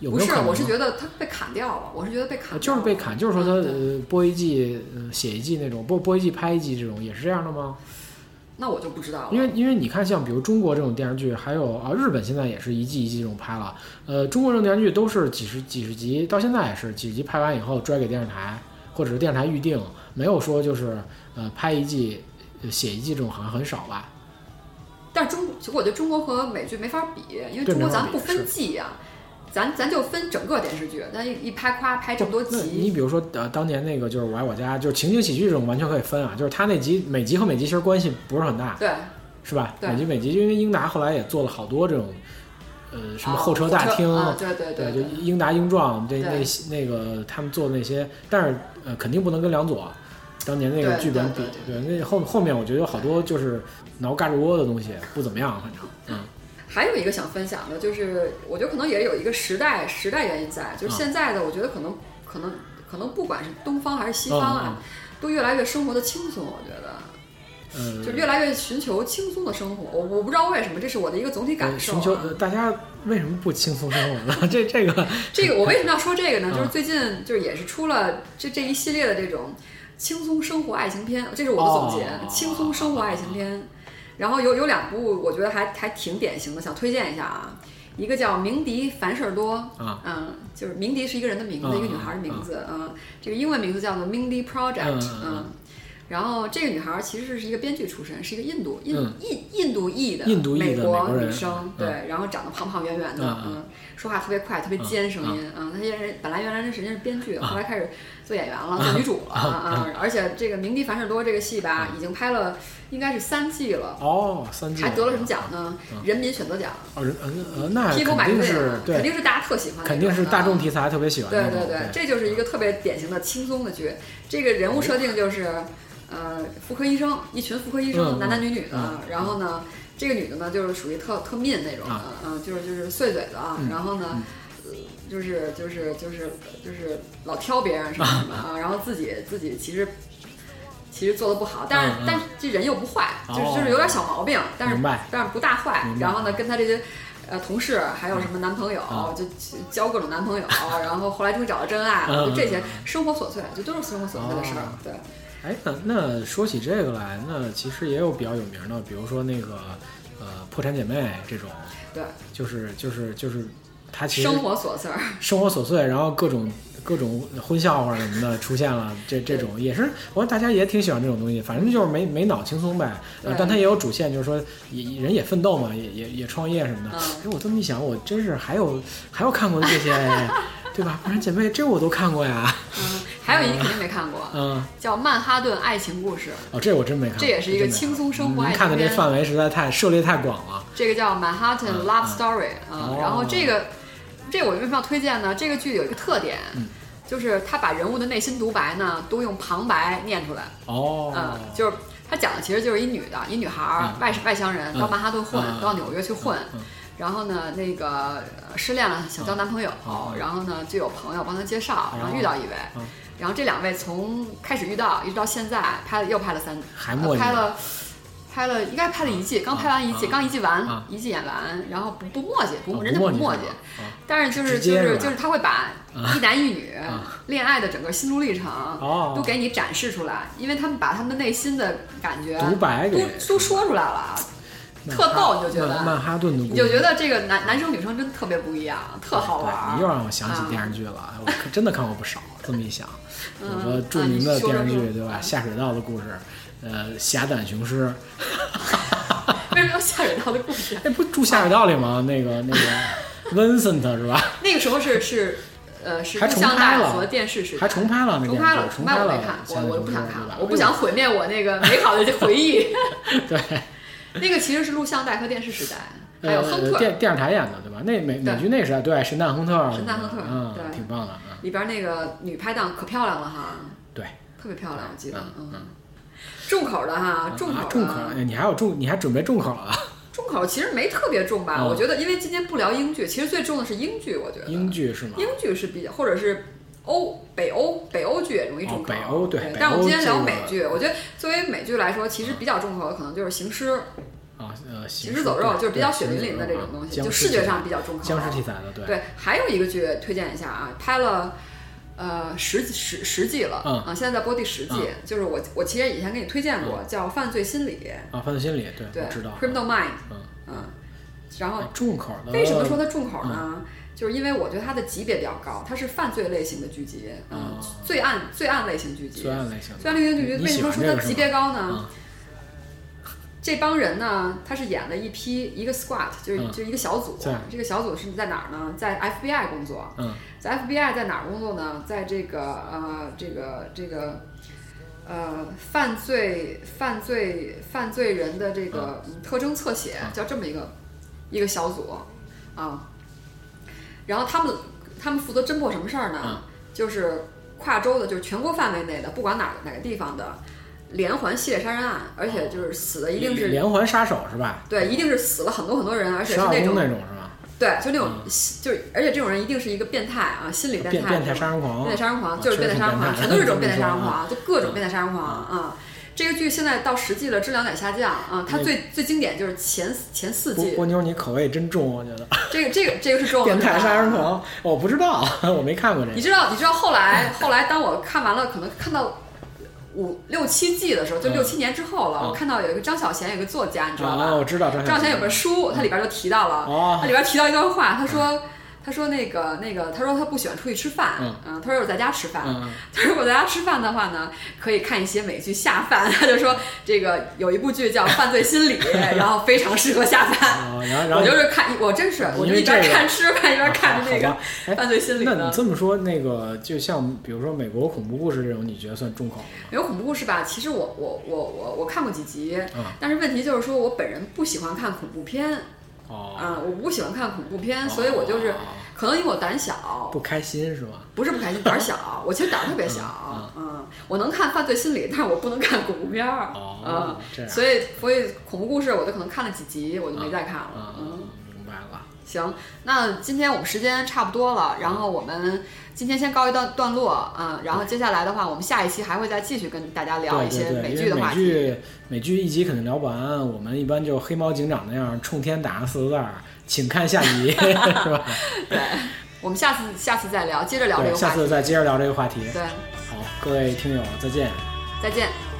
Speaker 1: 有
Speaker 2: 不
Speaker 1: 没有
Speaker 2: 是
Speaker 1: 可能，呢？
Speaker 2: 我是觉得它被砍掉了，我是觉得被砍掉
Speaker 1: 啊
Speaker 2: 了，
Speaker 1: 就是被砍，就是说他
Speaker 2: 嗯对
Speaker 1: 呃播一季呃写一季那种，播播一季拍一季这种，也是这样的吗？
Speaker 2: 那我就不知道了，
Speaker 1: 因为因为你看，像比如中国这种电视剧，还有啊日本现在也是一季一季这种拍了，呃，中国这种电视剧都是几十几十集，到现在也是几十集拍完以后拽给电视台，或者是电视台预定，没有说就是呃拍一季呃写一季这种好像很少吧？
Speaker 2: 但是中，其实我觉得中国和美剧没法比，因为
Speaker 1: 对
Speaker 2: 中
Speaker 1: 没
Speaker 2: 国
Speaker 1: 法
Speaker 2: 咱们
Speaker 1: 比
Speaker 2: 不分季呀、咱咱就分整个电视剧，咱一一拍夸拍这么多
Speaker 1: 那你
Speaker 2: 集，
Speaker 1: 比如说呃当年那个就是《我爱我家》，就是情景喜剧这种完全可以分啊，就是它那集每集和每集其实关系不是很大，
Speaker 2: 对，
Speaker 1: 是吧？
Speaker 2: 对
Speaker 1: 每集每集，因为英达后来也做了好多这种，呃，什么
Speaker 2: 啊
Speaker 1: 候车大厅，
Speaker 2: 啊对对
Speaker 1: 对，
Speaker 2: 对
Speaker 1: 就英达英壮这那
Speaker 2: 对
Speaker 1: 些那个他们做的那些，但是呃，肯定不能跟梁左当年那个
Speaker 2: 对
Speaker 1: 剧本比
Speaker 2: 对，
Speaker 1: 对，那后后面我觉得有好多就是挠嘎吱窝的东西不怎么样，反正嗯
Speaker 2: 还有一个想分享的，就是我觉得可能也有一个时代时代原因在，就是
Speaker 1: 啊
Speaker 2: 现在的我觉得可能、可能可能不管是东方还是西方
Speaker 1: 嗯
Speaker 2: 啊，都越来越生活的轻松，我觉得
Speaker 1: 呃，
Speaker 2: 就越来越寻求轻松的生活。我我不知道为什么，这是我的一个总体感
Speaker 1: 呃
Speaker 2: 受、啊
Speaker 1: 寻求、呃、大家为什么不轻松生活呢？这 这个
Speaker 2: 这个我为什么要说这个呢？
Speaker 1: 嗯
Speaker 2: 就是最近就是也是出了这这一系列的这种轻松生活爱情片，这是我的总结，
Speaker 1: 哦
Speaker 2: 轻松生活爱情片。然后有有两部我觉得还还挺典型的，想推荐一下啊。一个叫鸣笛，凡事儿多
Speaker 1: 啊，
Speaker 2: 嗯，就是鸣笛是一个人的名字，
Speaker 1: 啊
Speaker 2: 一个女孩的名字，嗯，这个英文名字叫做 Mindy Project，
Speaker 1: 嗯嗯嗯
Speaker 2: 然后这个女孩其实是一个编剧出身，是一个印度印
Speaker 1: 嗯
Speaker 2: 印印度裔的
Speaker 1: 印度裔的
Speaker 2: 美
Speaker 1: 美国人
Speaker 2: 女生
Speaker 1: 嗯，
Speaker 2: 对，然后长得胖胖圆圆的，
Speaker 1: 嗯嗯
Speaker 2: 嗯，说话特别快，特别尖声音，嗯，她原来本来原来是人家是编
Speaker 1: 啊
Speaker 2: 剧，后来开始做演员了，做女主了，啊啊，而且这个《鸣笛凡事多》这个戏吧，已经拍了应该是三季了，
Speaker 1: 哦，啊三季
Speaker 2: 还得了什么奖呢？人民选择奖。
Speaker 1: 哦，人呃呃，那
Speaker 2: 披
Speaker 1: 肯
Speaker 2: 风百
Speaker 1: 定
Speaker 2: 对
Speaker 1: 是
Speaker 2: 肯
Speaker 1: 对，
Speaker 2: 定是大家特喜欢的那种的，啊
Speaker 1: 肯定是大众题材特别喜欢
Speaker 2: 对
Speaker 1: 那种。
Speaker 2: 对对，这就是一个特别典型的轻松的剧。这个人物设定就是，呃，妇科医生，一群妇科医
Speaker 1: 嗯
Speaker 2: 生，男男女女的
Speaker 1: 嗯。
Speaker 2: 然后呢，这个女的呢，就是属于特特 mean 那种的
Speaker 1: 啊，
Speaker 2: 嗯，就是就是碎嘴子啊。
Speaker 1: 嗯
Speaker 2: 然后呢，呃就是就是就是就是老挑别人什么什么啊，然后自己自己其实。其实做的不好，但是、
Speaker 1: 嗯嗯
Speaker 2: 但是这人又不坏，就是
Speaker 1: 哦
Speaker 2: 就是有点小毛病，但是
Speaker 1: 明白
Speaker 2: 但是不大坏
Speaker 1: 明。白
Speaker 2: 然后呢，跟他这些呃同事还有什么男朋友，
Speaker 1: 啊
Speaker 2: 就交各种 男朋友，然后后来终于找到真爱了，
Speaker 1: 嗯
Speaker 2: 就这些生活琐碎，就都是生活琐碎的事儿
Speaker 1: 哦。
Speaker 2: 对，
Speaker 1: 哎，那那说起这个来，那其实也有比较有名的，比如说那个呃《破产姐妹》这种，
Speaker 2: 对，
Speaker 1: 就是就是就是，它其实
Speaker 2: 生活琐 碎儿，
Speaker 1: 生活琐碎，然后各种各种荤笑话什么的出现了，这这种也是，我说大家也挺喜欢这种东西，反正就是没没脑轻松呗。呃
Speaker 2: 对，
Speaker 1: 但它也有主线，就是说也人也奋斗嘛，也也也创业什么的。
Speaker 2: 嗯
Speaker 1: 哎，我这么一想，我真是还有还有看过这 些，对吧？不然姐妹这我都看过呀。
Speaker 2: 嗯，还有一个肯定没看过，
Speaker 1: 嗯，
Speaker 2: 叫《曼哈顿爱情故事》，
Speaker 1: 哦，这我真没看过。
Speaker 2: 这也是一
Speaker 1: 真
Speaker 2: 个
Speaker 1: 没看
Speaker 2: 轻
Speaker 1: 过
Speaker 2: 松生活爱
Speaker 1: 您
Speaker 2: 情
Speaker 1: 看的这
Speaker 2: 片
Speaker 1: 范围实在太涉猎太广了。
Speaker 2: 这个叫《Manhattan
Speaker 1: 嗯嗯
Speaker 2: Love Story》啊
Speaker 1: 哦。
Speaker 2: 然后这个，这我为什么要推荐呢？这个剧有一个特点，
Speaker 1: 嗯
Speaker 2: 就是他把人物的内心独白呢，都用旁白念出来。
Speaker 1: 哦，
Speaker 2: 嗯，就是他讲的其实就是一女的，一女孩儿，
Speaker 1: 嗯
Speaker 2: 外外乡人，
Speaker 1: 嗯
Speaker 2: 到曼哈顿混，
Speaker 1: 嗯嗯
Speaker 2: 到纽约去混。
Speaker 1: 嗯
Speaker 2: 然后呢，那个呃失恋了，想交男朋友，
Speaker 1: 嗯嗯
Speaker 2: 然后呢就有朋友帮她介绍，然后遇到一位，
Speaker 1: 嗯
Speaker 2: 然后这两位从开始遇到一直到现在，拍了又拍了三，
Speaker 1: 还墨迹
Speaker 2: 呃拍了。拍了应该拍了一季，刚拍完一季，
Speaker 1: 嗯嗯
Speaker 2: 刚一季完，
Speaker 1: 嗯
Speaker 2: 一季演完，然后不不墨迹，不、
Speaker 1: 哦
Speaker 2: 人家不
Speaker 1: 不
Speaker 2: 墨
Speaker 1: 墨
Speaker 2: 迹
Speaker 1: 迹是吧，哦
Speaker 2: 但是就是
Speaker 1: 直接
Speaker 2: 就是是
Speaker 1: 吧
Speaker 2: 就是他会把一男一女
Speaker 1: 嗯
Speaker 2: 恋爱的整个心路历程
Speaker 1: 哦
Speaker 2: 都给你展示出来，因为他们把他们内心的感觉
Speaker 1: 独白
Speaker 2: 都
Speaker 1: 给
Speaker 2: 都说出来了，
Speaker 1: 曼
Speaker 2: 特
Speaker 1: 哈
Speaker 2: 逗，你就觉
Speaker 1: 曼曼
Speaker 2: 得
Speaker 1: 哈顿的故事，
Speaker 2: 你就觉得这个男男生女生真特别不一样，特好玩
Speaker 1: 对
Speaker 2: 儿。啊
Speaker 1: 你又让我想起电视剧了，哎我可真的看过不少。这么一想，有个著名的电视
Speaker 2: 嗯啊你说说
Speaker 1: 剧对吧，《下水道的故事》，呃，《侠胆雄 狮》，哎
Speaker 2: 为什么要下水道的故事？
Speaker 1: 那不住下水道里吗？那个那 个 Vincent 是吧？
Speaker 2: 那个时候是是呃是
Speaker 1: 还
Speaker 2: 录
Speaker 1: 重
Speaker 2: 像
Speaker 1: 拍
Speaker 2: 带
Speaker 1: 了
Speaker 2: 和电视时
Speaker 1: 还
Speaker 2: 代。
Speaker 1: 重拍了那
Speaker 2: 重
Speaker 1: 电
Speaker 2: 拍
Speaker 1: 视
Speaker 2: 了，
Speaker 1: 剧，重
Speaker 2: 拍
Speaker 1: 拍
Speaker 2: 我
Speaker 1: 了
Speaker 2: 没看，
Speaker 1: 侠胆
Speaker 2: 我我
Speaker 1: 雄
Speaker 2: 不
Speaker 1: 狮
Speaker 2: 想
Speaker 1: 对
Speaker 2: 看了
Speaker 1: 吧，
Speaker 2: 我不想毁灭我那个美好的回忆。
Speaker 1: 哎呦 对。
Speaker 2: 那个其实是录像带和电视时代，还有亨
Speaker 1: 呃、
Speaker 2: 特
Speaker 1: 电电视台演的对吧？那美美剧那时代对，神探亨特，
Speaker 2: 神探亨特
Speaker 1: 嗯，
Speaker 2: 对
Speaker 1: 挺棒的啊，
Speaker 2: 里边那个女拍档可漂亮了哈，
Speaker 1: 对，
Speaker 2: 特别漂亮，我记得
Speaker 1: 嗯，
Speaker 2: 嗯，重口的哈，重口
Speaker 1: 啊
Speaker 2: 的，
Speaker 1: 重口，哎你还有重，你还准备重口了？啊
Speaker 2: 重口其实没特别重吧？
Speaker 1: 嗯
Speaker 2: 我觉得，因为今天不聊英剧，其实最重的是英剧，我觉得
Speaker 1: 英剧是吗？
Speaker 2: 英剧是比较，或者是欧北欧北欧剧也容易重口。
Speaker 1: 哦北欧对
Speaker 2: 对
Speaker 1: 北欧
Speaker 2: 但我们今天聊
Speaker 1: 这个
Speaker 2: 美剧，我觉得作为美剧来说，其实比较重口的可能就是《行尸》《
Speaker 1: 啊，呃，行
Speaker 2: 行尸走肉》，就是比较血淋淋的这
Speaker 1: 啊
Speaker 2: 种东西，就视觉上
Speaker 1: 比
Speaker 2: 比较重口。
Speaker 1: 僵尸题材的，对，
Speaker 2: 对，还有一个剧推荐一下啊，拍了。呃，十十十季了，
Speaker 1: 嗯
Speaker 2: 啊，现在在播第十季，就是我我其实以前给你推荐过，叫《犯罪心理》，
Speaker 1: 啊，犯罪心理，对，
Speaker 2: 对
Speaker 1: 嗯我知道，
Speaker 2: ，Criminal Mind，
Speaker 1: 嗯，
Speaker 2: 嗯，然后
Speaker 1: 哎重口的，
Speaker 2: 为什么说它重口
Speaker 1: 嗯
Speaker 2: 呢？就是因为我觉得它的级别比较高，它是犯罪类型的剧集，嗯
Speaker 1: 哦，
Speaker 2: 罪案罪案类型剧集。
Speaker 1: 罪案类型的？
Speaker 2: 罪案类型剧集
Speaker 1: 你
Speaker 2: 为什
Speaker 1: 喜
Speaker 2: 么
Speaker 1: 欢
Speaker 2: 说
Speaker 1: 这
Speaker 2: 它
Speaker 1: 个是
Speaker 2: 级
Speaker 1: 吗
Speaker 2: 别
Speaker 1: 嗯
Speaker 2: 高呢？这帮人呢，他是演了一批一个 squad，就是
Speaker 1: 嗯
Speaker 2: 就是一个小组
Speaker 1: 对。
Speaker 2: 这个小组是在哪儿呢？在 FBI 工作。
Speaker 1: 嗯，
Speaker 2: 在 FBI 在哪儿工作呢？在这个呃这个这个呃犯罪犯罪犯罪人的这个嗯特征侧写，叫这么一个一个小组啊。然后他们他们负责侦破什么事儿呢
Speaker 1: 嗯？
Speaker 2: 就是跨州的，就是全国范围内的，不管哪哪个地方的连环系列杀人案，而且就是死的一定是。
Speaker 1: 哦连环杀手是吧？
Speaker 2: 对，一定是死了很多很多人，而且
Speaker 1: 十
Speaker 2: 是
Speaker 1: 二
Speaker 2: 那
Speaker 1: 宫
Speaker 2: 种
Speaker 1: 那种是吧？
Speaker 2: 对，就那种、就是，而且这种人一定是一个变态啊，心理
Speaker 1: 变
Speaker 2: 变态
Speaker 1: 变
Speaker 2: 那
Speaker 1: 态
Speaker 2: 种
Speaker 1: 杀人狂，
Speaker 2: 变态杀人狂
Speaker 1: 啊
Speaker 2: 就是
Speaker 1: 确
Speaker 2: 变
Speaker 1: 实
Speaker 2: 态杀人
Speaker 1: 挺变
Speaker 2: 狂，
Speaker 1: 态
Speaker 2: 全都是这
Speaker 1: 这么
Speaker 2: 种变态杀人
Speaker 1: 说啊
Speaker 2: 狂，就各种变态杀人狂啊。这个剧现在到十季了，质量有点下降啊。它
Speaker 1: 那
Speaker 2: 最最经典就是前前四
Speaker 1: 波
Speaker 2: 季
Speaker 1: 波，妞，你口味真重，我觉得。
Speaker 2: 这个这个这个是 重
Speaker 1: 变态杀人。
Speaker 2: 是吧
Speaker 1: 狂，哦我 不知道，我没看过这
Speaker 2: 哦啊你
Speaker 1: 个。
Speaker 2: 知道你知道后来后来当我看完了，可能看到五六七季的时候，就
Speaker 1: 嗯
Speaker 2: 六七年之后了，
Speaker 1: 嗯
Speaker 2: 我看到有一个张小娴，有一个作家，你知道吧？
Speaker 1: 啊，我知道张
Speaker 2: 张小娴有
Speaker 1: 娴
Speaker 2: 本书，它里边就提到了，
Speaker 1: 哦
Speaker 2: 它里边提到一段话，他说。他说那个那个，他说他不喜欢出去吃饭，
Speaker 1: 嗯
Speaker 2: 嗯，他说我在家吃饭，
Speaker 1: 嗯，
Speaker 2: 他说我在家吃饭的话呢，可以看一些美剧下饭。 他就说这个有一部剧叫《犯罪心理》， 然后非常适合下饭。
Speaker 1: 啊，然后然
Speaker 2: 我
Speaker 1: 后
Speaker 2: 就是看，我真是
Speaker 1: 因为
Speaker 2: 我就一边
Speaker 1: 这个
Speaker 2: 看吃饭一边看着那
Speaker 1: 啊
Speaker 2: 个
Speaker 1: 好吧哎
Speaker 2: 犯罪心理
Speaker 1: 那你
Speaker 2: 呢。
Speaker 1: 这么说，那个就像比如说美国恐怖故事这种，你觉得算重口吗？
Speaker 2: 有恐怖故事吧？其实我我我我我看过几集
Speaker 1: 嗯，
Speaker 2: 但是问题就是说我本人不喜欢看恐怖片，
Speaker 1: 哦，
Speaker 2: 啊，我不喜欢看恐怖片，所以我就是
Speaker 1: 哦
Speaker 2: 可能因为我胆小，
Speaker 1: 不开心是吗？
Speaker 2: 不是不开心，胆 儿小，我其实胆儿特别小，嗯，我能看犯罪心理，但是我不能看恐怖片儿，
Speaker 1: 哦这
Speaker 2: 嗯，
Speaker 1: 样
Speaker 2: 所以所以恐怖故事我就可能看了几集，我就没再看了，
Speaker 1: 啊
Speaker 2: 嗯，，
Speaker 1: 明白了。
Speaker 2: 行，那今天我们时间差不多了，然后我们今天先告一段段落，嗯，然后接下来的话，我们下一期还会再继续跟大家聊
Speaker 1: 对
Speaker 2: 一些
Speaker 1: 对对，
Speaker 2: 美
Speaker 1: 因
Speaker 2: 剧
Speaker 1: 为
Speaker 2: 的话
Speaker 1: 美
Speaker 2: 题，
Speaker 1: 剧美剧一集肯定聊不完，我们一般就黑猫警长那样冲天打个四个字儿，请看下集， 是吧？
Speaker 2: 对，我们下次下次再聊，接着聊这
Speaker 1: 对，
Speaker 2: 个
Speaker 1: 下
Speaker 2: 话题，
Speaker 1: 次再接着聊这个话题。
Speaker 2: 对，
Speaker 1: 好，各位听友再见。
Speaker 2: 再见。
Speaker 1: 拜拜。